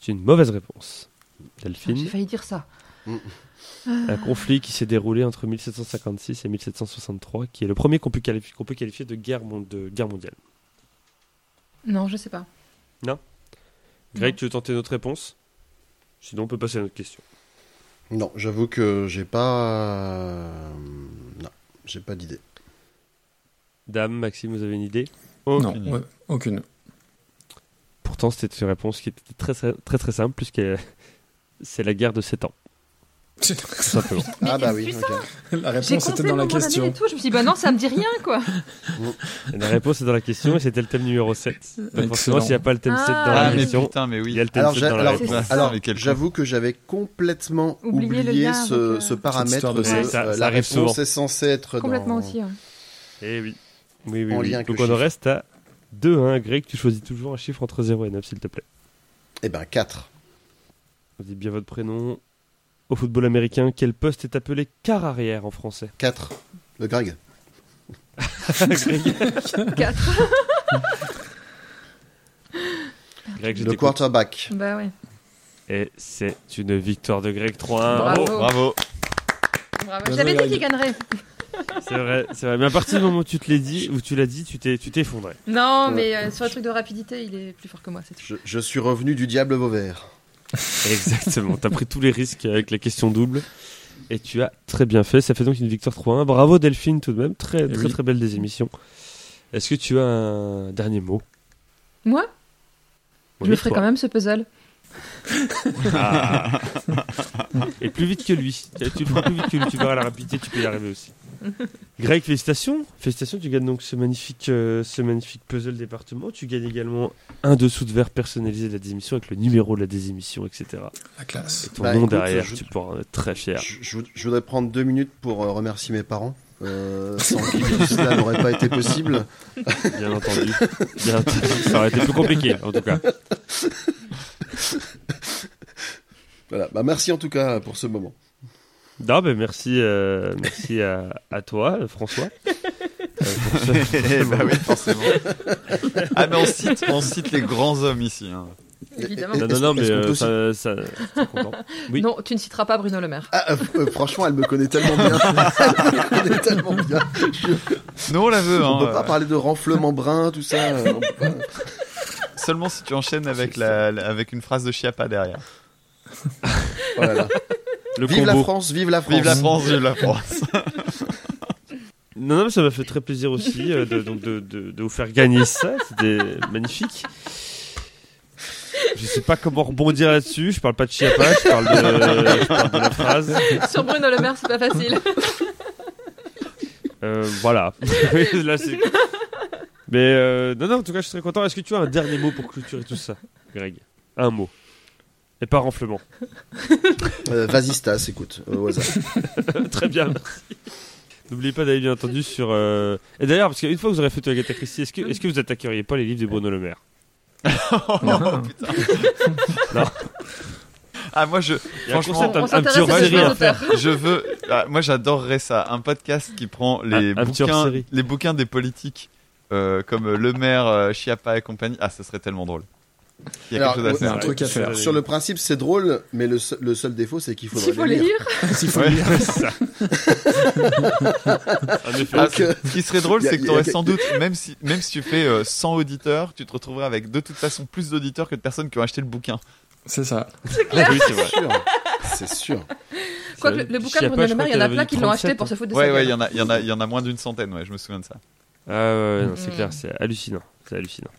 C'est une mauvaise réponse.
J'ai
Delphine,
failli dire ça.
un conflit qui s'est déroulé entre 1756 et 1763, qui est le premier qu'on peut, qualifi- qu'on peut qualifier de guerre, mon- de guerre mondiale.
Non, je sais pas.
Greg,
Non.
tu veux tenter notre réponse Sinon, on peut passer à notre question.
Non, j'avoue que j'ai pas. euh, Non, j'ai pas d'idée.
Dame, Maxime, vous avez une idée
non, ouais, aucune.
Pourtant, c'était une réponse qui était très très très, très simple, puisque c'est la guerre de 7 ans, tout simplement.
Mais
ah bah
c'est
oui,
puissant.
ok.
la
J'ai
réponse
compté
était
le
dans la
moment d'année
question.
Et tout. Je me suis dit, bah non, ça me dit rien, quoi.
Et la réponse est dans la question, et c'était le thème numéro 7. Donc, forcément,
Excellent.
s'il n'y a pas le thème 7 dans
Ah,
la
mais
question,
putain, mais
il
oui.
y a le thème
Alors,
7
j'ai-
dans la
alors,
C'est
réponse.
ça.
Alors,
Mais quel con.
j'avoue que j'avais complètement
Oublié le
oublié,
lien
ce,
avec, euh,
ce
Cette
paramètre
histoire
de
de-
euh,
Ouais, ça- ça
la
arrive
réponse
souvent.
est censée être
Complètement
dans-
aussi. hein.
Eh oui. Oui, oui,
En
oui.
lien avec
Donc,
le
on en
chiffre.
reste à 2, hein. Greg, tu choisis toujours un chiffre entre 0 et 9, s'il te plaît.
Eh ben 4.
Vous dites bien votre prénom. Au football américain, quel poste est appelé quart arrière en français
4. Le Greg.
Greg,
Quatre.
Greg, je
Le
t'écoute.
quarterback.
Bah ouais.
Et c'est une victoire de Greg 3-1.
Bravo.
Bravo.
Bravo.
Bien
J'avais
joué,
dit qu'il
Greg.
gagnerait.
C'est vrai, c'est vrai. Mais à partir du moment où tu te l'as dit, où tu l'as dit, tu t'es, tu t'es effondré.
Non,
Ouais.
mais euh, sur le truc de rapidité, il est plus fort que moi, c'est tout.
Je, je suis revenu du diable Vauvert.
Exactement. T'as pris tous les risques avec la question double. Et tu as très bien fait. Ça fait donc une victoire 3-1. Bravo Delphine tout de même. Très, très,
Oui.
très belle des émissions. Est-ce que tu as un dernier mot
Moi Je
Oui,
le ferai
toi.
quand même ce puzzle.
Ah. Et plus vite que lui. Tu le feras plus vite que lui. Tu verras la rapidité, tu peux y arriver aussi. Greg, félicitations. Félicitations, tu gagnes donc ce magnifique, euh, ce magnifique puzzle département. Tu gagnes également un dessous de verre personnalisé de la démission avec le numéro de la désémission, etc.
La classe.
Et ton
Bah,
nom
écoute,
derrière,
je-
tu pourras en être très fier.
Je, je vou- je voudrais prendre deux minutes pour euh, remercier mes parents. euh, sans qui tout cela n'aurait pas été possible.
Bien entendu. Bien entendu. Ça aurait été plus compliqué, en tout cas.
Voilà. Bah, merci en tout cas pour ce moment.
Non, mais merci, euh, merci à, à toi, François. Euh, pour ce-
bah oui, forcément. ah, mais on cite, on cite les grands hommes ici. hein.
Évidemment.
Non, non, non, mais
Est-ce qu'on peut
euh, ça, ça, ça hein. content. Oui.
Non, tu ne citeras pas Bruno Le Maire.
Ah, euh, euh, franchement, elle me connaît tellement bien. elle me connaît tellement bien.
Nous, on la veut.
On
hein,
peut pas
euh,
parler de renflement brun, tout ça. euh, on peut pas.
Seulement si tu enchaînes
Ah,
avec, la, la- avec une phrase de Chiappa derrière.
Oh là là.
Le
Vive la
combo.
France, vive la France.
Vive la France, vive la France.
Non, non, mais ça m'a fait très plaisir aussi euh, de, donc de, de- de vous faire gagner ça. C'était magnifique. Je sais pas comment rebondir là-dessus. Je parle pas de Chiappa, je parle de, je parle de la phrase.
Sur Bruno Le Maire, c'est pas facile.
Euh, voilà. Là, c'est- Mais euh, non, non, en tout cas, je suis très content. Est-ce que tu as un dernier mot pour clôturer tout ça, Greg Un mot. Et pas renflement.
Euh, Vas-y, Stas, écoute, euh, au hasard.
Très bien, merci. N'oubliez pas d'aller bien entendu sur. euh, Et d'ailleurs, parce qu'une fois que vous aurez fait Agatha Christie, est-ce que, est-ce que vous attaqueriez pas les livres de Bruno Le Maire
Oh, putain.
Non.
Ah, moi, je,
Il y a un
Franchement,
concept, un-
on
un
s'intéresse
petit
à
hors
ces
série
jeunes
à faire.
je veux. ah, moi, j'adorerais ça. Un podcast qui prend les,
Un- un petit
bouquins,
hors-série.
les bouquins des politiques, euh, comme euh, Le Maire, euh, Chiappa et compagnie. Ah, ça serait tellement drôle. Il y a
Alors,
quelque chose à
ouais,
Il y a un
faire.
truc à faire.
Sur le principe, c'est drôle, mais le, se- le seul défaut, c'est qu'il faudrait
S'il faut les lire.
S'il faut
Ouais.
lire.
Ouais, c'est ça. En effet.
Ah,
Donc, euh,
ce qui serait drôle,
y a-
c'est que
y a
t'aurais
quelques-
sans doute, même si, même si tu fais euh, 100 auditeurs, tu te retrouverais avec de toute façon plus d'auditeurs que de personnes qui ont acheté le bouquin.
C'est ça.
Ah,
oui, c'est vrai.
C'est sûr. C'est sûr.
Quoique le, le bouquin de
Chiappa,
Bruno
je
Le Maire,
crois
il y en a
qu'elle
plein
avait
qui
dit
l'ont acheté
37,
pour se foutre de
Ouais,
sa
ouais, il
gueule.
y en a, il y en a, il y en a moins d'une centaine, ouais, je me souviens de ça.
Ah ouais, ouais, non, c'est
Mm.
clair, c'est hallucinant. C'est hallucinant.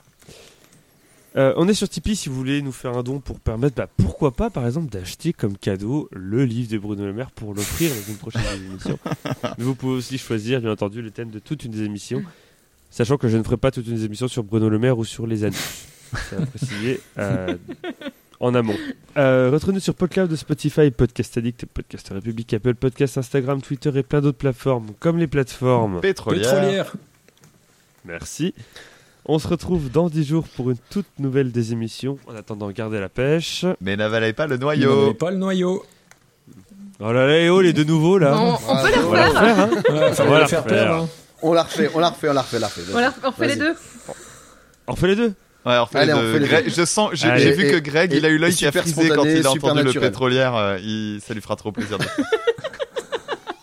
Euh, on est sur Tipeee si vous voulez nous faire un don pour permettre, bah, pourquoi pas par exemple, d'acheter comme cadeau le livre de Bruno Le Maire pour l'offrir dans une prochaine émission. Mais vous pouvez aussi choisir, bien entendu, le thème de toute une des émissions, sachant que je ne ferai pas toutes une des émissions sur Bruno Le Maire ou sur les années. C'est à préciser euh, en amont. Euh, Retrouvez-nous sur PodCloud, Spotify, Podcast Addict, Podcast République, Apple Podcast, Instagram, Twitter et plein d'autres plateformes, comme les plateformes.
Pétrolière.
Pétrolière.
Merci. On se retrouve dans 10 jours pour une toute nouvelle des émissions. En attendant, gardez la pêche.
Mais n'avalez pas le
Il n'en avait
noyau.
pas le noyau.
Oh là là, eh oh, les deux nouveaux là.
On, on peut les
On va la
refaire.
refaire, hein.
Ouais, fallait
Voilà,
le
faire.
faire perdre. hein.
On la refait, on la refait, on la refait, on la refait. vas-y.
On, la- on refait les
Vas-y.
deux.
On refait les deux.
Ouais, on fait
Allez,
les
on
deux.
fait les
Greg-
deux.
je sens, j'ai
Allez.
j'ai vu
Et-
que Greg,
et-
il a eu l'œil
et
qui a
super
frisé quand
spontané,
il a
super
entendu le
naturel.
pétrolière. euh, il- ça lui fera trop plaisir. de-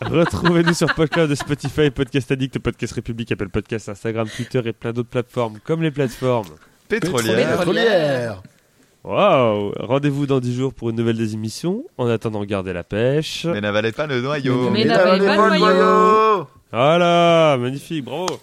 Retrouvez-nous sur Podcast de Spotify, Podcast Addict, Podcast République, Apple Podcast, Instagram, Twitter et plein d'autres plateformes comme les plateformes.
pétrolière.
Pétrolière.
Waouh Rendez-vous dans 10 jours pour une nouvelle des émissions. En attendant, gardez la pêche.
Mais n'avalez pas le noyau.
Mais n'avalez pas le noyau.
Voilà, Ah magnifique, bravo